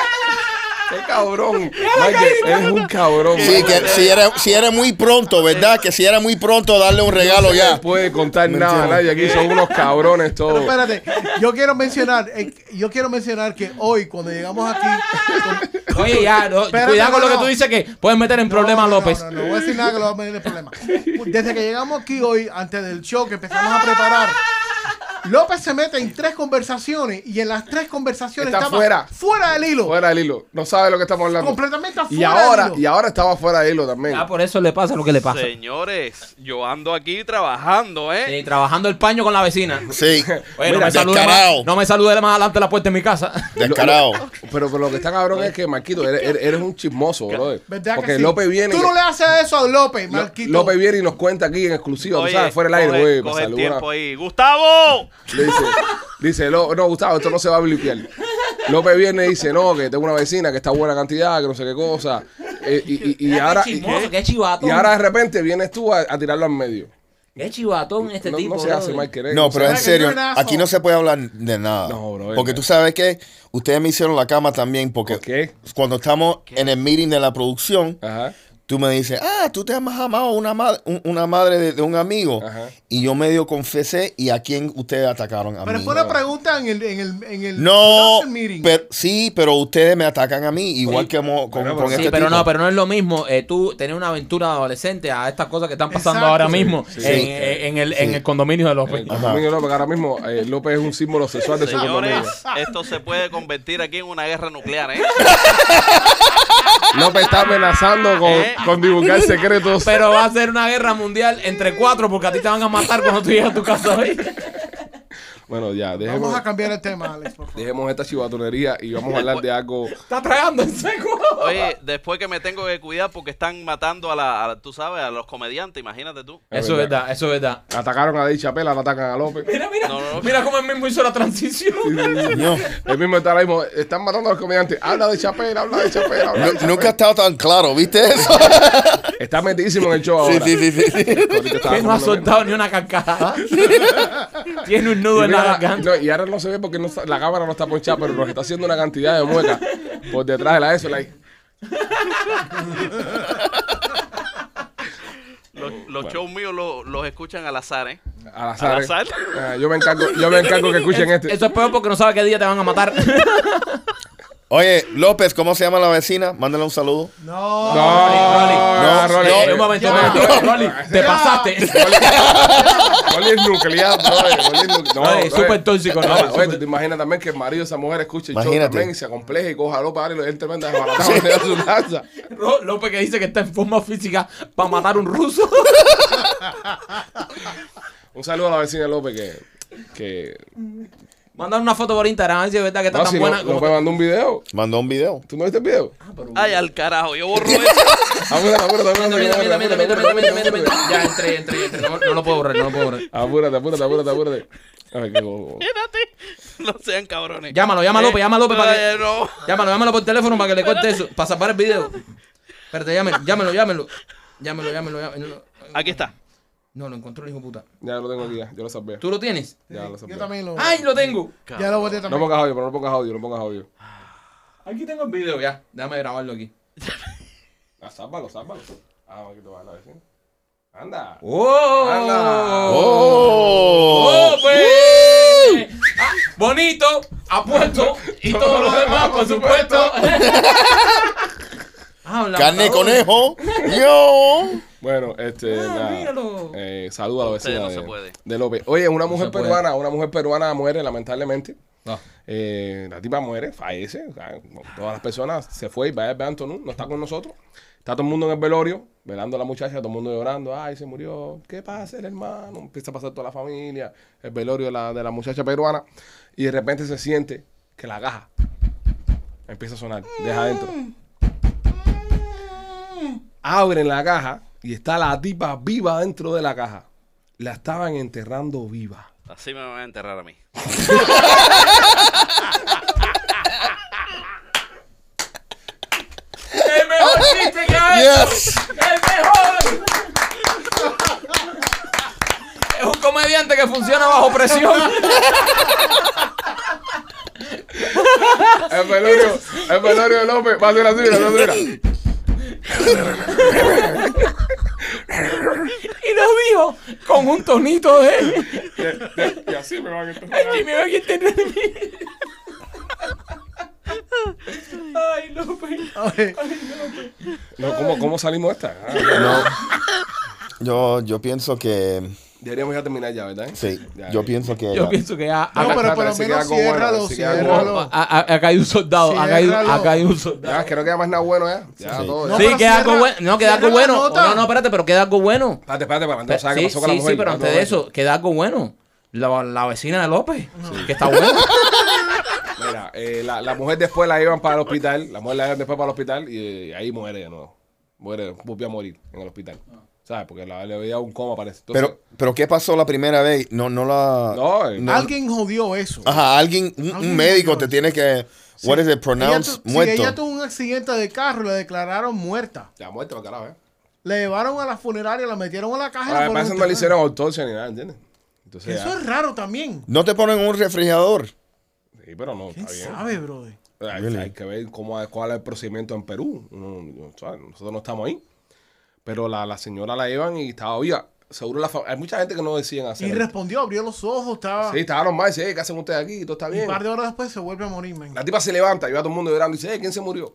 Speaker 1: ¡Qué cabrón! Mike, eres un cabrón.
Speaker 4: sí, que si era, si era muy pronto, ¿verdad? Que si era muy pronto darle un regalo
Speaker 1: No
Speaker 4: ya.
Speaker 1: puede contar
Speaker 4: Me
Speaker 1: nada a nadie. Aquí son unos cabrones
Speaker 3: Pero
Speaker 1: todos.
Speaker 3: espérate, yo quiero mencionar, eh, yo quiero mencionar que hoy cuando llegamos aquí,
Speaker 2: Oye, ya, no,
Speaker 3: Espérate,
Speaker 2: cuidado con
Speaker 3: no,
Speaker 2: lo que
Speaker 3: no.
Speaker 2: tú dices que puedes meter en problema a
Speaker 3: No, no,
Speaker 2: López.
Speaker 3: No, no, no voy a decir nada que lo va a poner en problema. Desde que llegamos aquí hoy, antes del show que empezamos a preparar, López se mete en tres conversaciones y en las tres conversaciones
Speaker 1: Está
Speaker 3: estaba
Speaker 1: fuera.
Speaker 3: fuera del hilo.
Speaker 1: Fuera del hilo. No sabe lo que estamos hablando.
Speaker 3: Completamente fuera
Speaker 1: y ahora,
Speaker 3: del
Speaker 1: y
Speaker 3: hilo.
Speaker 1: ahora estaba fuera del hilo también.
Speaker 2: Ah, por eso le pasa lo que le pasa. Sí.
Speaker 5: Señores, yo ando aquí trabajando, ¿eh?
Speaker 2: trabajando el paño con la vecina.
Speaker 4: Sí.
Speaker 2: Oye, no,
Speaker 4: Mira,
Speaker 2: me salude
Speaker 4: descarado.
Speaker 2: más, no me salude más adelante la puerta de mi casa.
Speaker 4: Descarado.
Speaker 1: Pero, pero lo que está cabrón es que, Marquito, eres, eres- eres un chismoso, brother.
Speaker 3: ¿Verdad
Speaker 1: Porque
Speaker 3: que sí?
Speaker 1: López viene. y-
Speaker 3: Tú no le haces eso a López,
Speaker 1: Lo-
Speaker 3: Marquito.
Speaker 1: López viene y nos cuenta aquí en exclusiva, tú
Speaker 5: Oye,
Speaker 1: sabes, fuera el
Speaker 5: coge-
Speaker 1: aire, güey. me
Speaker 5: coge el
Speaker 1: saluda.
Speaker 5: tiempo eh. ahí. ¡Gustavo!
Speaker 1: Le dice, dice, "Lo- no, Gustavo, esto no se va a blipear. López viene y dice, no, que tengo una vecina que está buena cantidad, que no sé qué cosa. Eh, y, y- y
Speaker 2: Mira,
Speaker 1: ahora.
Speaker 2: qué
Speaker 1: Y,
Speaker 2: chismoso, qué chivatón.
Speaker 1: y ahora de repente vienes tú a, a tirarlo al medio.
Speaker 2: Qué chivatón este
Speaker 1: no,
Speaker 2: tipo.
Speaker 1: no se hace
Speaker 2: brother.
Speaker 1: mal querer.
Speaker 4: No,
Speaker 1: se
Speaker 4: pero en
Speaker 1: hace-
Speaker 3: que
Speaker 4: serio,
Speaker 3: you're an asshole.
Speaker 4: aquí no se puede hablar de nada.
Speaker 1: No, bro,
Speaker 4: Porque
Speaker 1: venga.
Speaker 4: tú sabes que ustedes me hicieron la cama también, porque
Speaker 1: ¿Por qué? Ah.
Speaker 4: cuando estamos en el meeting de la producción,
Speaker 1: Ajá. Eh,
Speaker 4: tú me dices, ah, tú te has amado a una, ma- un- una madre de, de un amigo.
Speaker 1: Ajá.
Speaker 4: Y yo medio confesé y a quién ustedes atacaron a
Speaker 3: Pero
Speaker 4: mí.
Speaker 3: fue una pregunta en el, en el, en el
Speaker 4: No,
Speaker 3: council meeting.
Speaker 4: pero, sí, pero ustedes me atacan a mí, igual que mo- con,
Speaker 1: Bueno,
Speaker 4: con
Speaker 1: pero
Speaker 2: Sí,
Speaker 4: este
Speaker 2: pero
Speaker 4: tipo.
Speaker 2: no, pero no es lo mismo eh, tú tener una aventura de adolescente a estas cosas que están pasando
Speaker 3: Exacto.
Speaker 2: ahora mismo
Speaker 1: Sí, sí.
Speaker 2: en, eh, en- en el, en el condominio de
Speaker 4: Pues,
Speaker 2: López.
Speaker 1: El condominio López, que ahora mismo eh, López es un símbolo sexual de su condominio.
Speaker 5: Señores, esto se puede convertir aquí en una guerra nuclear, ¿eh?
Speaker 1: López está amenazando con,
Speaker 5: ¿Eh?
Speaker 1: con divulgar secretos.
Speaker 2: Pero va a ser una guerra mundial entre cuatro porque a ti te van a matar cuando tú llegas a tu casa hoy.
Speaker 1: Bueno, ya,
Speaker 3: Vamos
Speaker 1: dejemos,
Speaker 3: a cambiar el tema, Alex, por favor.
Speaker 1: dejemos esta chivatonería y vamos a hablar de algo.
Speaker 2: Está tragando en seco.
Speaker 5: Oye, después que me tengo que cuidar porque están matando a la, a la- tú sabes, a los comediantes, imagínate tú.
Speaker 1: Es
Speaker 2: Eso es
Speaker 1: verdad.
Speaker 2: verdad, eso es verdad.
Speaker 1: Atacaron a Dave Chappelle, ahora atacan a López.
Speaker 2: Mira, mira,
Speaker 5: No, no, no.
Speaker 2: mira cómo él mismo hizo la transición.
Speaker 4: Coño,
Speaker 1: El mismo está ahora mismo. Están matando a los comediantes. Habla de Chappelle, habla de Chappelle. Habla de
Speaker 4: nu-
Speaker 1: Chappelle.
Speaker 4: nunca he estado tan claro, ¿viste eso?
Speaker 1: Está metidísimo en el show
Speaker 4: sí,
Speaker 1: ahora.
Speaker 4: sí, sí, sí, sí.
Speaker 1: Ahorita estaba
Speaker 2: Que no ha
Speaker 1: comiendo bien.
Speaker 2: soltado ni una carcajada. Tiene un
Speaker 1: Y,
Speaker 2: nudo en la
Speaker 1: mira,
Speaker 2: garganta.
Speaker 1: no, y ahora no se ve porque no está- la cámara no está ponchada, pero nos está haciendo una cantidad de muecas por detrás de la eso. like.
Speaker 5: Los, los shows míos lo- los escuchan al azar, ¿eh?
Speaker 1: al azar.
Speaker 5: Al
Speaker 1: eh.
Speaker 5: azar.
Speaker 1: Ah, yo, me encargo, yo me encargo que escuchen este.
Speaker 2: Eso es peor porque no sabes qué día te van a matar.
Speaker 4: Oye, López, ¿cómo se llama la vecina? Mándale un saludo.
Speaker 3: No.
Speaker 1: no,
Speaker 4: Rolly,
Speaker 1: Rolly.
Speaker 4: no,
Speaker 2: Eh, un momento,
Speaker 3: ya.
Speaker 2: un momento, Rolly, te
Speaker 3: Ya.
Speaker 2: pasaste.
Speaker 1: Rolly es nuclear, brother, Rolly es nuclear. No,
Speaker 2: Oye,
Speaker 1: brother.
Speaker 2: súper tóxico, no,
Speaker 1: No, oye,
Speaker 2: súper-
Speaker 1: tú te imaginas también que el marido de esa mujer escuche el show
Speaker 4: Imagínate.
Speaker 1: también y se acompleje y coja a López ahora y lo él tremenda desbaratado en su casa.
Speaker 2: Ro- López que dice que está en forma física para matar a un ruso.
Speaker 1: Un saludo a la vecina López que. que
Speaker 2: Mandar una foto por Instagram a ver si es verdad que Ah, está
Speaker 1: no,
Speaker 2: tan
Speaker 1: si
Speaker 2: buena
Speaker 1: Ló-
Speaker 2: como
Speaker 1: López mandó un video.
Speaker 4: Mandó un video.
Speaker 1: ¿Tú no viste el video? Ah,
Speaker 5: Ay, al carajo, yo borro eso.
Speaker 1: Apúrate, apúrate, apúrate.
Speaker 2: pues. Mira, mira, mira, mira, mira, mira, mira,
Speaker 1: apúrate,
Speaker 2: mira. Ya entré, entré, entré. No, no lo puedo borrar, no lo puedo borrar.
Speaker 1: Apúrate, apúrate, apúrate, apúrate. Ay, qué bobo.
Speaker 5: Espérate. No sean cabrones.
Speaker 2: Llámalo, llámalo, pues, llámalo, pues, para que-
Speaker 5: eh, no.
Speaker 2: Llámalo, llámalo por teléfono para que le corte eso, para zapar el video. Espérate, llámelo, llámelo, llámelo. Llámelo, llámelo, llámelo.
Speaker 5: Aquí está.
Speaker 2: No, lo encontró el hijo puta.
Speaker 1: Ya lo tengo aquí, ya. Yo lo sabía.
Speaker 2: ¿Tú lo tienes?
Speaker 1: Ya lo sabía.
Speaker 3: Yo también lo.
Speaker 2: ¡Ay, lo tengo!
Speaker 3: ya lo voté
Speaker 1: No
Speaker 3: también.
Speaker 1: pongas audio, pero no pongas audio, no pongas audio.
Speaker 2: Aquí tengo el video ya. Déjame grabarlo aquí.
Speaker 1: Ah, sálvalo, sálvalo. Ah, aquí te va a la vecina. Anda.
Speaker 2: ¡Oh!
Speaker 1: Ala.
Speaker 4: ¡Oh!
Speaker 2: pues! Ah, bonito, apuesto y todo lo demás, por supuesto. Ah, un
Speaker 4: ¡Carne de
Speaker 2: labrador.
Speaker 4: conejo! ¡Yo!
Speaker 1: Bueno, este,
Speaker 2: Ah,
Speaker 1: nada.
Speaker 2: míralo.
Speaker 1: Eh, saludo a la
Speaker 5: Ustedes
Speaker 1: vecina
Speaker 5: no
Speaker 1: de,
Speaker 5: se puede.
Speaker 1: de López. Oye, una mujer
Speaker 2: se puede.
Speaker 1: peruana, una mujer peruana muere lamentablemente.
Speaker 2: No.
Speaker 1: Eh, la tipa muere, fallece. o sea, como todas las personas se fue y vaya ve Antonun, no está con nosotros. Está todo el mundo en el velorio, velando a la muchacha, todo el mundo llorando. Ay, se murió. ¿Qué pasa, el hermano? Empieza a pasar toda la familia. El velorio de la, de la muchacha peruana. Y de repente se siente que la caja empieza a sonar. Deja adentro. Abren la caja y está la tipa viva dentro de la caja. La estaban enterrando viva.
Speaker 5: Así me van a enterrar a mí.
Speaker 2: ¡El mejor chiste que hay!
Speaker 4: ¡Yes!
Speaker 2: ¡El mejor! Es un comediante que funciona bajo presión.
Speaker 1: El velorio, el velorio de López va a ser así, mira, va a ser así.
Speaker 2: Y lo dijo con un tonito de...
Speaker 1: Y así me van a enterrar.
Speaker 2: Ay, Jimmy, va a entender de mí. Ay, pues. López.
Speaker 3: Oye,
Speaker 1: No, ¿cómo, ¿Cómo salimos de esta? Ah,
Speaker 4: No. Yo, yo pienso que
Speaker 1: Deberíamos ya terminar ya, ¿verdad?
Speaker 4: Sí,
Speaker 1: Ya,
Speaker 4: yo
Speaker 1: ya.
Speaker 4: pienso que.
Speaker 2: Yo
Speaker 4: ya.
Speaker 2: pienso que ya.
Speaker 3: No,
Speaker 1: Acá-
Speaker 3: pero
Speaker 1: acá
Speaker 3: por lo
Speaker 1: se queda
Speaker 3: menos
Speaker 1: con bueno,
Speaker 3: ciérralo,
Speaker 1: se queda con
Speaker 3: ciérralo.
Speaker 2: a- a- Acá hay un soldado. Acá hay,
Speaker 3: Ciérralo.
Speaker 2: acá hay un soldado.
Speaker 1: Ya, que no queda más nada bueno ya. Ya,
Speaker 4: Sí.
Speaker 1: todo.
Speaker 3: No,
Speaker 2: sí,
Speaker 3: pero
Speaker 2: queda algo
Speaker 3: cierra-
Speaker 2: bueno. No, queda algo
Speaker 3: cierra la
Speaker 2: bueno.
Speaker 3: nota.
Speaker 2: no, no, espérate, pero queda algo bueno.
Speaker 1: Espérate, espérate, para antes, ¿sabes
Speaker 2: sí,
Speaker 1: qué pasó con la
Speaker 2: sí,
Speaker 1: mujer?
Speaker 2: sí, pero
Speaker 1: Ah,
Speaker 2: antes
Speaker 1: no,
Speaker 2: de eso, queda algo bueno. La, la vecina de López, que está buena.
Speaker 1: Mira, eh, la, la mujer después la llevan para el hospital, la mujer la llevan después para el hospital y eh, ahí muere de nuevo. Muere, volvió a morir en el hospital. ¿Sabes? Porque la, le había dado un coma, parece. Entonces,
Speaker 4: Pero, pero ¿qué pasó la primera vez? No, no la.
Speaker 1: No, eh,
Speaker 3: Alguien jodió eso.
Speaker 4: Ajá, alguien, un, un
Speaker 3: Alguien
Speaker 4: médico
Speaker 3: murió.
Speaker 4: te tiene que. What is it?
Speaker 3: Ella
Speaker 4: Pronounce
Speaker 3: tu-
Speaker 4: muerto.
Speaker 3: Si ella tuvo un accidente de carro, la declararon muerta.
Speaker 1: ya muerto, para carajo, ¿eh?
Speaker 3: La llevaron a la funeraria, la metieron a la
Speaker 2: Ah,
Speaker 3: caja y la
Speaker 1: Ahora,
Speaker 3: ponen
Speaker 1: parece
Speaker 3: en
Speaker 1: que no le
Speaker 3: terreno.
Speaker 1: hicieron autopsia ni nada, ¿entiendes? Entonces,
Speaker 3: Eso
Speaker 1: ya.
Speaker 3: es raro también.
Speaker 4: No te ponen un refrigerador.
Speaker 1: Sí, pero no,
Speaker 3: ¿Quién
Speaker 1: está bien.
Speaker 3: sabe, brother?
Speaker 1: Hay, hay que ver cómo, cuál es el procedimiento en Perú. Uno- uno- ¿sabes? Nosotros no estamos ahí. Pero la, la señora la llevan y estaba viva. Seguro la fa- Hay mucha gente que no deciden hacer
Speaker 3: Y
Speaker 1: esto.
Speaker 3: respondió, abrió los ojos, estaba...
Speaker 1: Sí, estaban mal. Dice, "Ey, ¿qué hacen ustedes aquí? Todo está
Speaker 3: y
Speaker 1: bien.
Speaker 3: un par de horas después se vuelve a morir, men.
Speaker 1: La tipa se levanta, lleva a todo el mundo llorando y dice, "Ey, ¿quién se murió?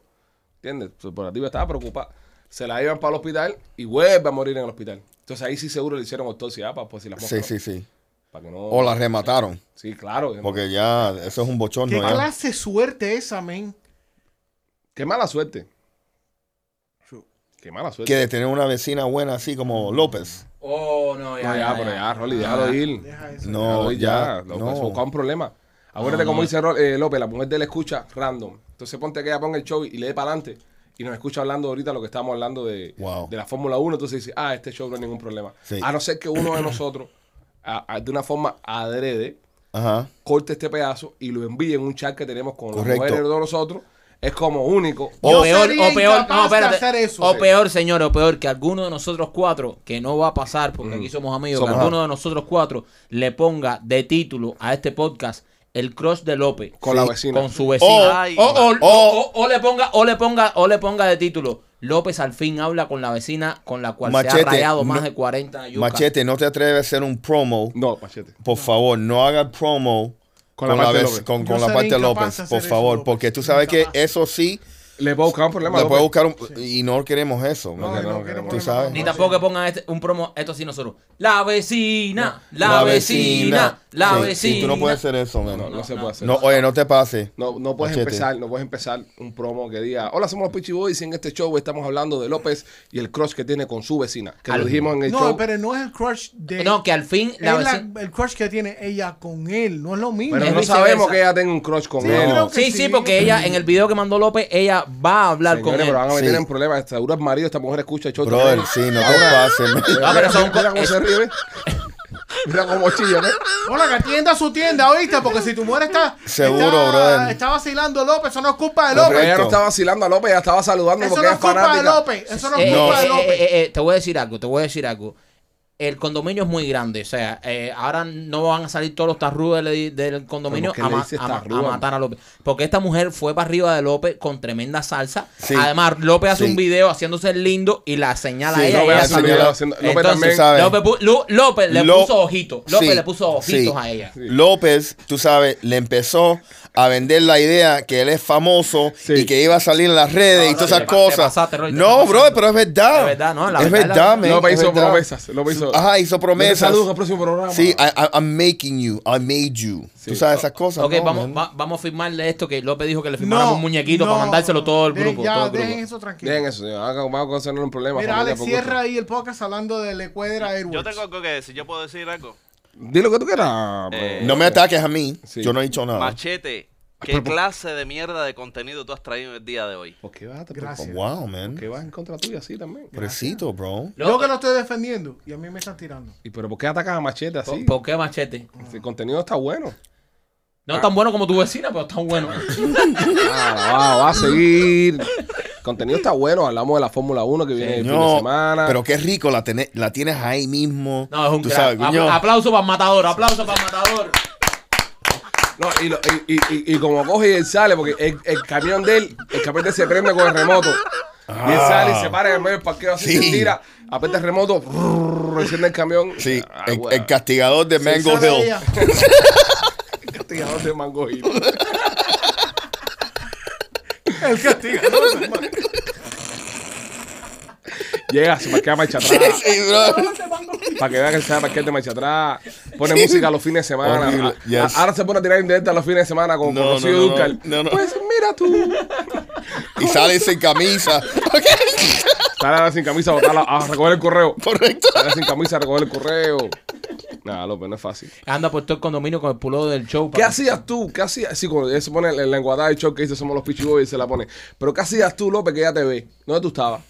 Speaker 1: ¿Entiendes? Entonces, Pero la tipa estaba preocupada. Se la llevan para el hospital y vuelve a morir en el hospital. Entonces ahí sí seguro le hicieron autopsia ah, para pues, si la
Speaker 4: Sí, sí, sí.
Speaker 1: Para que no...
Speaker 4: O la remataron.
Speaker 1: Sí, claro.
Speaker 4: Porque ya, eso es un bochorno.
Speaker 3: ¿Qué
Speaker 4: ya.
Speaker 3: clase de suerte esa, men?
Speaker 1: Qué mala suerte. Qué mala suerte.
Speaker 4: Que de tener una vecina buena así como López.
Speaker 2: Oh, no,
Speaker 1: No, ya, pero ya, Rolly, déjalo ir.
Speaker 3: Deja eso.
Speaker 1: Ah,
Speaker 4: No, ya.
Speaker 1: lo
Speaker 4: no.
Speaker 1: eso causa un problema. Acuérdate como dice Ro- eh, López, la mujer de él escucha random. Entonces ponte que ella ponga el show y le dé para adelante y nos escucha hablando ahorita lo que estábamos hablando de,
Speaker 4: Wow.
Speaker 1: de la Fórmula 1. Entonces dice, ah, este show no hay ningún problema.
Speaker 4: Sí.
Speaker 1: A no ser que uno de nosotros, a- a- de una forma adrede,
Speaker 4: Ajá.
Speaker 1: corte este pedazo y lo envíe en un chat que tenemos con las
Speaker 4: Correcto.
Speaker 1: mujeres de nosotros. Es como único.
Speaker 3: Oh,
Speaker 2: O
Speaker 3: Yo
Speaker 2: peor,
Speaker 3: sería
Speaker 2: o peor, no,
Speaker 3: incapaz de
Speaker 2: espérate.
Speaker 3: hacer eso.
Speaker 2: o
Speaker 3: Sí.
Speaker 2: peor, señor, o peor, que alguno de nosotros cuatro, que no va a pasar porque aquí somos amigos,
Speaker 1: Mm. Somos-
Speaker 2: que alguno de nosotros cuatro le ponga de título a este podcast el crush de López
Speaker 1: Con la vecina.
Speaker 2: con su vecina.
Speaker 5: Ay.
Speaker 2: o, o-
Speaker 4: O-
Speaker 2: o- o le ponga, o le ponga, o le ponga de título. López al fin habla con la vecina con la cual se
Speaker 4: Machete,
Speaker 2: ha rayado más
Speaker 4: no-
Speaker 2: de 40 yucas.
Speaker 4: Machete, no te atreves a hacer un promo.
Speaker 1: No, machete.
Speaker 4: Por favor, no hagas promo
Speaker 1: Con la parte de
Speaker 4: vez-
Speaker 1: López.
Speaker 4: con-
Speaker 3: Yo
Speaker 4: con la
Speaker 3: seré
Speaker 4: parte de
Speaker 3: incapaz de
Speaker 4: López.
Speaker 3: hacer
Speaker 4: por
Speaker 3: eso,
Speaker 4: favor,
Speaker 3: López.
Speaker 4: porque tú sabes que
Speaker 3: Incapaz.
Speaker 4: eso sí
Speaker 1: Le puedo buscar un problema.
Speaker 4: le puede
Speaker 1: López.
Speaker 4: buscar un- y no queremos eso.
Speaker 3: No,
Speaker 1: no, no,
Speaker 3: no, quiero
Speaker 1: tú
Speaker 3: ponerme
Speaker 4: sabes.
Speaker 3: con
Speaker 2: Ni
Speaker 3: Maxi.
Speaker 2: tampoco que pongan este- un promo, esto sí nosotros. La vecina, la,
Speaker 4: La
Speaker 2: vecina, la
Speaker 4: Sí,
Speaker 2: vecina.
Speaker 4: sí, tú no puedes hacer eso,
Speaker 1: No,
Speaker 4: man.
Speaker 1: no, no se puede hacer.
Speaker 4: No, oye, no te pases.
Speaker 1: No, no puedes
Speaker 4: Machete.
Speaker 1: empezar, no puedes empezar un promo que diga, hola, somos los Pichi Boys y en este show estamos hablando de López y el crush que tiene con su vecina, que lo
Speaker 2: Al-
Speaker 1: dijimos en el
Speaker 3: No,
Speaker 1: show.
Speaker 3: pero no es el crush de...
Speaker 2: No, que al fin la
Speaker 3: es la-
Speaker 2: vecina.
Speaker 3: el crush que tiene ella con él. No es lo mismo.
Speaker 1: Pero
Speaker 2: es
Speaker 1: no
Speaker 2: viceversa.
Speaker 1: sabemos que ella tenga un crush con
Speaker 4: Sí,
Speaker 1: él.
Speaker 4: creo
Speaker 2: Sí,
Speaker 3: que
Speaker 2: sí,
Speaker 3: sí.
Speaker 2: porque ella, en el video que mandó López, ella va a hablar
Speaker 1: Señores, pero
Speaker 2: con él.
Speaker 1: van a meter
Speaker 4: Sí.
Speaker 1: en problemas. Seguro el marido, esta mujer escucha el show.
Speaker 4: Brother,
Speaker 1: también.
Speaker 4: sí, no te pases. man.
Speaker 1: Mira,
Speaker 2: Ah, pero
Speaker 1: mira,
Speaker 2: son-
Speaker 1: mira cómo se ríe. ¿ves? Mira cómo chilla, ¿ves?
Speaker 3: Hola, que atienda su tienda, ¿oíste? Porque si tu mujer está...
Speaker 4: Seguro,
Speaker 3: está,
Speaker 4: brother.
Speaker 3: Está vacilando López, eso no es culpa de
Speaker 4: No,
Speaker 1: Pero
Speaker 3: López.
Speaker 1: ella no
Speaker 4: Correcto.
Speaker 1: estaba vacilando a López, ella estaba saludando
Speaker 3: Eso
Speaker 1: porque
Speaker 3: no
Speaker 1: ella
Speaker 3: es
Speaker 1: es
Speaker 3: culpa de
Speaker 1: fanática.
Speaker 3: López. Eso no
Speaker 2: Eh,
Speaker 3: es culpa
Speaker 2: eh,
Speaker 3: de López.
Speaker 2: eh, eh, eh, te voy a decir algo, te voy a decir algo. El condominio es muy grande, o sea, eh, ahora no van a salir todos los tarrúes del, del condominio
Speaker 1: ¿Cómo
Speaker 2: a,
Speaker 1: que le
Speaker 2: ma-
Speaker 1: dices
Speaker 2: a ma- a
Speaker 1: tarrúa?
Speaker 2: matar a López. Porque esta mujer fue para arriba de López con tremenda salsa.
Speaker 4: Sí.
Speaker 2: Además, López hace
Speaker 4: Sí.
Speaker 2: un video haciéndose el lindo y la señala
Speaker 4: Sí,
Speaker 2: a ella. y
Speaker 1: López
Speaker 2: ella
Speaker 1: hace
Speaker 2: sabe.
Speaker 1: un video haciendo- López
Speaker 2: Entonces,
Speaker 4: también-
Speaker 2: López, pu- Lu- López le
Speaker 4: Lo-
Speaker 2: puso ojitos. López
Speaker 4: Sí,
Speaker 2: le puso ojitos
Speaker 4: sí.
Speaker 2: a ella.
Speaker 4: López, tú sabes, le empezó a vender la idea que él es famoso
Speaker 1: Sí.
Speaker 4: y que iba a salir en las redes y
Speaker 2: No,
Speaker 4: todas
Speaker 2: te pa-
Speaker 4: esas
Speaker 2: te
Speaker 4: cosas.
Speaker 2: pasaste, Roy, te
Speaker 4: no,
Speaker 2: pasaste.
Speaker 4: bro, pero es verdad.
Speaker 2: Es verdad, no, la
Speaker 4: es
Speaker 2: verdad es la
Speaker 4: verdad,
Speaker 2: verdad.
Speaker 4: man,
Speaker 1: López
Speaker 4: es
Speaker 1: hizo
Speaker 4: verdad.
Speaker 1: promesas. López hizo,
Speaker 4: Ajá, hizo promesas.
Speaker 1: Saludos en el próximo programa.
Speaker 4: Sí, I- I- I'm making you. I made you. Tú sabes esas cosas.
Speaker 2: Ok,
Speaker 4: no,
Speaker 2: vamos,
Speaker 4: man?
Speaker 2: va- vamos a firmarle esto que López dijo que le firmáramos un muñequito
Speaker 3: no,
Speaker 2: para mandárselo todo el
Speaker 3: de-
Speaker 2: grupo.
Speaker 3: ya,
Speaker 2: todo el
Speaker 3: dejen
Speaker 2: grupo.
Speaker 3: eso tranquilo.
Speaker 1: Dejen eso, señor. Hagan- Vamos a hacernos un problema.
Speaker 3: Mira,
Speaker 1: familia,
Speaker 3: Alex,
Speaker 1: por
Speaker 3: cierra ahí el podcast hablando de Lecuedra Airways.
Speaker 5: Yo tengo algo que decir, yo puedo decir algo.
Speaker 1: gusto. Di lo que tú quieras. pues. bro.
Speaker 5: Eh,
Speaker 4: No me ataques a mí.
Speaker 1: Sí.
Speaker 4: Yo no he dicho
Speaker 1: Ah.
Speaker 4: nada.
Speaker 5: Machete, ¿qué clase de mierda de contenido tú has traído en el día de hoy?
Speaker 1: ¿Por qué vas a-
Speaker 4: Oh,
Speaker 3: Gracias.
Speaker 4: wow, man.
Speaker 1: ¿Por qué vas en contra tuya así también?
Speaker 4: Pobrecito, bro.
Speaker 3: Yo que lo estoy defendiendo y a mí me están tirando.
Speaker 1: ¿Y pero por qué atacas a Machete
Speaker 2: ¿Por,
Speaker 1: así?
Speaker 2: por qué machete?
Speaker 1: Si el contenido está bueno.
Speaker 2: No tan bueno como tu vecina, pero tan bueno.
Speaker 1: Ah, va, va a seguir. El contenido está bueno. Hablamos de la Fórmula 1 que viene el fin de
Speaker 4: No,
Speaker 1: semana.
Speaker 4: pero qué rico la, tené- la tienes ahí mismo.
Speaker 2: No, es un
Speaker 4: Tú
Speaker 2: crack.
Speaker 4: sabes,
Speaker 2: Apla-
Speaker 4: coño.
Speaker 2: aplauso para el matador, aplauso para el matador.
Speaker 1: No, y, lo- y- y- y- y como coge y él sale, porque el, el camión de él, el camión de él se prende con el remoto. Y él sale y se para en el medio del parqueo así,
Speaker 4: Ah. Sí.
Speaker 1: se tira, aprieta el remoto, brrr, enciende el camión.
Speaker 4: Sí,
Speaker 1: Ah,
Speaker 4: el,
Speaker 1: bueno.
Speaker 4: el castigador de Mango
Speaker 3: ¿Sabe
Speaker 4: Hill.
Speaker 3: ella?
Speaker 1: castigador de Mango Hill.
Speaker 3: El castigador. de Mango.
Speaker 1: Llega, se parquea marcha atrás.
Speaker 4: Sí, bro.
Speaker 1: Para que vean que él sabe para qué te marcha atrás. Pone música los fines de semana.
Speaker 4: Horrible,
Speaker 1: A-
Speaker 4: yes.
Speaker 1: Ahora se pone a tirar indirecta los fines de semana con,
Speaker 4: No,
Speaker 1: con
Speaker 4: no,
Speaker 1: Rocío
Speaker 4: no, no.
Speaker 1: Dúrcal.
Speaker 4: No, no.
Speaker 1: Pues mira tú.
Speaker 4: Y sale sin camisa.
Speaker 1: Sale ahora sin camisa a, botarla- a recoger el correo.
Speaker 4: Correcto.
Speaker 1: Sale sin camisa a recoger el correo. Nada, López, no es fácil.
Speaker 2: Anda por todo el condominio con el pulo del show.
Speaker 1: ¿Qué
Speaker 2: papá.
Speaker 1: hacías tú? ¿Qué hacías? Sí, cuando ella se pone la enguatada de show que dice somos los pichiboy y se la pone. Pero ¿qué hacías tú, López, que ya te ve? ¿Dónde tú estabas?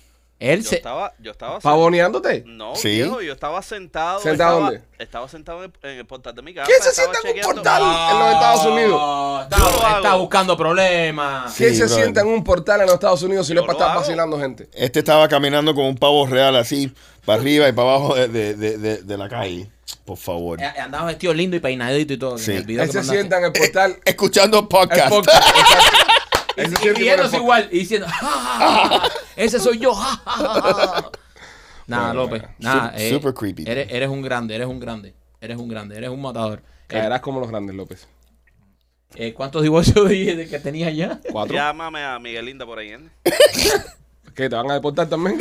Speaker 2: Él
Speaker 5: Yo
Speaker 2: se.
Speaker 5: estaba, yo estaba
Speaker 1: ¿Pavoneándote?
Speaker 5: No,
Speaker 4: Sí.
Speaker 5: viejo, yo estaba sentado.
Speaker 1: ¿Sentado
Speaker 5: estaba,
Speaker 1: dónde?
Speaker 5: Estaba sentado en el, en el portal de mi casa.
Speaker 1: ¿Qué se
Speaker 5: estaba
Speaker 1: sienta en un
Speaker 5: chequeando-
Speaker 1: portal
Speaker 5: Ah,
Speaker 1: en los Estados Unidos?
Speaker 2: Oh, está,
Speaker 5: Yo lo hago.
Speaker 2: está buscando problemas.
Speaker 1: ¿Qué
Speaker 4: Sí,
Speaker 1: se
Speaker 4: brother.
Speaker 1: sienta en un portal en los Estados Unidos si no
Speaker 5: Yo
Speaker 1: es para
Speaker 5: lo
Speaker 1: estar
Speaker 5: hago.
Speaker 1: vacilando gente?
Speaker 4: Este estaba caminando con un pavo real así, para arriba y para abajo de, de- de- de- de la calle. Por favor.
Speaker 2: Eh, Andaba vestido lindo y peinadito y todo. en
Speaker 4: Sí.
Speaker 2: el video
Speaker 1: Él
Speaker 2: que
Speaker 1: se
Speaker 2: mandaste.
Speaker 1: sienta en el portal.
Speaker 4: Escuchando
Speaker 1: El
Speaker 4: podcast.
Speaker 1: podcast.
Speaker 2: Y-
Speaker 1: Él se
Speaker 2: y
Speaker 1: sienta en el
Speaker 2: riéndose
Speaker 1: podcast.
Speaker 2: igual y diciendo, "Ja, ja, ja, ese soy yo. ja, ja, ja, ja". Nada,
Speaker 1: Bueno,
Speaker 2: López.
Speaker 1: bueno.
Speaker 2: Nada,
Speaker 4: Sup- super creepy.
Speaker 2: Eres, eres un grande, eres un grande. Eres un grande, eres un matador. Eh,
Speaker 1: Caerás como los grandes, López.
Speaker 2: eh, ¿Cuántos divorcios dije de que tenías ya?
Speaker 1: ¿Cuatro?
Speaker 5: Llámame a Miguelinda por ahí, ¿eh?
Speaker 1: ¿Qué? ¿Te van a deportar también?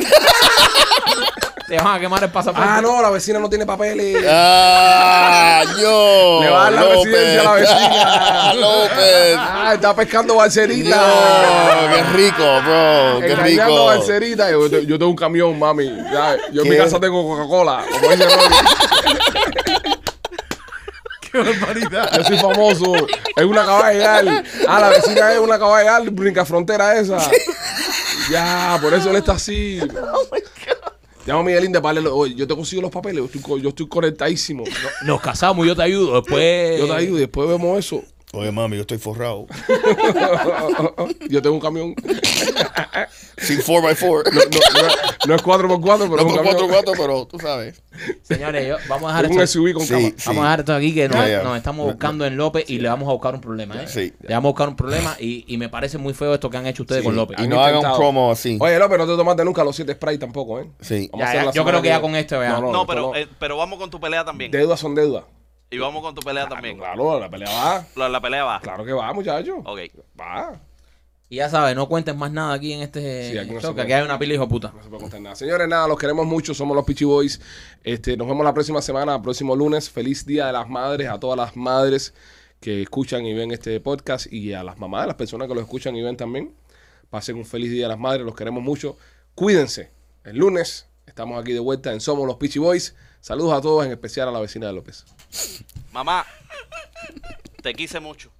Speaker 2: Te van a quemar el pasaporte.
Speaker 1: ah, no, la vecina no tiene papeles.
Speaker 4: ¡Ah! ¡Yo!
Speaker 1: Le va a dar la presidencia a la vecina.
Speaker 4: ¡López!
Speaker 1: Ah, está pescando
Speaker 4: ¡No!
Speaker 1: balserita.
Speaker 4: ¡Qué rico, bro! ¡Qué
Speaker 1: Engañando
Speaker 4: rico!
Speaker 1: balserita. Yo, yo tengo un camión, mami. ¿sabes? Yo en mi
Speaker 4: ¿Qué?
Speaker 1: casa tengo Coca-Cola. como dice Rolly.
Speaker 3: ¡Qué barbaridad!
Speaker 1: Yo soy famoso. Es una acaba de llegar. Ah, la vecina es una acaba de llegar. Brinca frontera esa. Ya, por eso él está así. Llama a Miguelinda para darle. los- Oye, yo te consigo los papeles. Yo estoy, co- yo estoy conectadísimo.
Speaker 2: Nos casamos, yo te ayudo. Después.
Speaker 1: Yo
Speaker 4: Eh.
Speaker 1: te ayudo y después vemos eso.
Speaker 4: Oye, mami, yo estoy forrado.
Speaker 1: Ah, Yo tengo un camión.
Speaker 4: Sin 4x4.
Speaker 1: No, no- no es 4x4, pero
Speaker 4: No
Speaker 1: es un
Speaker 4: con
Speaker 1: camión.
Speaker 4: 4x4, pero tú sabes.
Speaker 2: Señores, yo- vamos a dejar
Speaker 1: Es un
Speaker 2: esto.
Speaker 1: SUV con
Speaker 4: Sí.
Speaker 1: cama.
Speaker 2: Vamos a dejar esto aquí que no-
Speaker 4: Ya, ya.
Speaker 2: nos estamos buscando en López y le vamos a buscar un problema. ¿eh?
Speaker 4: Sí.
Speaker 2: Le vamos a buscar un problema y, y me parece muy feo esto que han hecho ustedes
Speaker 4: Sí.
Speaker 2: con López.
Speaker 4: Y
Speaker 1: Han
Speaker 4: no haga un
Speaker 1: intentado.
Speaker 4: promo así.
Speaker 1: Oye, López, no te tomaste nunca los 7 spray tampoco, ¿eh?
Speaker 4: Sí.
Speaker 1: Vamos a
Speaker 2: Ya,
Speaker 1: hacer
Speaker 2: ya,
Speaker 1: la
Speaker 2: yo
Speaker 1: semana
Speaker 2: creo que ya con esto, ya.
Speaker 5: No,
Speaker 1: esto
Speaker 5: pero,
Speaker 1: no.
Speaker 5: eh, pero vamos con tu pelea también.
Speaker 1: Deudas son deudas.
Speaker 5: Y vamos con tu pelea también.
Speaker 1: Claro, la pelea va.
Speaker 5: La, la pelea va.
Speaker 1: Claro que va, muchachos.
Speaker 5: Ok.
Speaker 1: Va.
Speaker 2: Y ya sabes, no cuentes más nada aquí en este
Speaker 1: Sí, aquí no
Speaker 2: show,
Speaker 1: se
Speaker 2: que
Speaker 1: puede.
Speaker 2: aquí hay una pila hijo de puta.
Speaker 1: No se puede contar nada. Señores, nada, los queremos mucho. Somos los Peachy Boys. Este, nos vemos la próxima semana, el próximo lunes. Feliz Día de las Madres a todas las madres que escuchan y ven este podcast y a las mamás de las personas que los escuchan y ven también. Pasen un feliz Día de las Madres. Los queremos mucho. Cuídense. El lunes estamos aquí de vuelta en Somos los Peachy Boys. Saludos a todos, en especial a la vecina de López.
Speaker 5: Mamá, te quise mucho.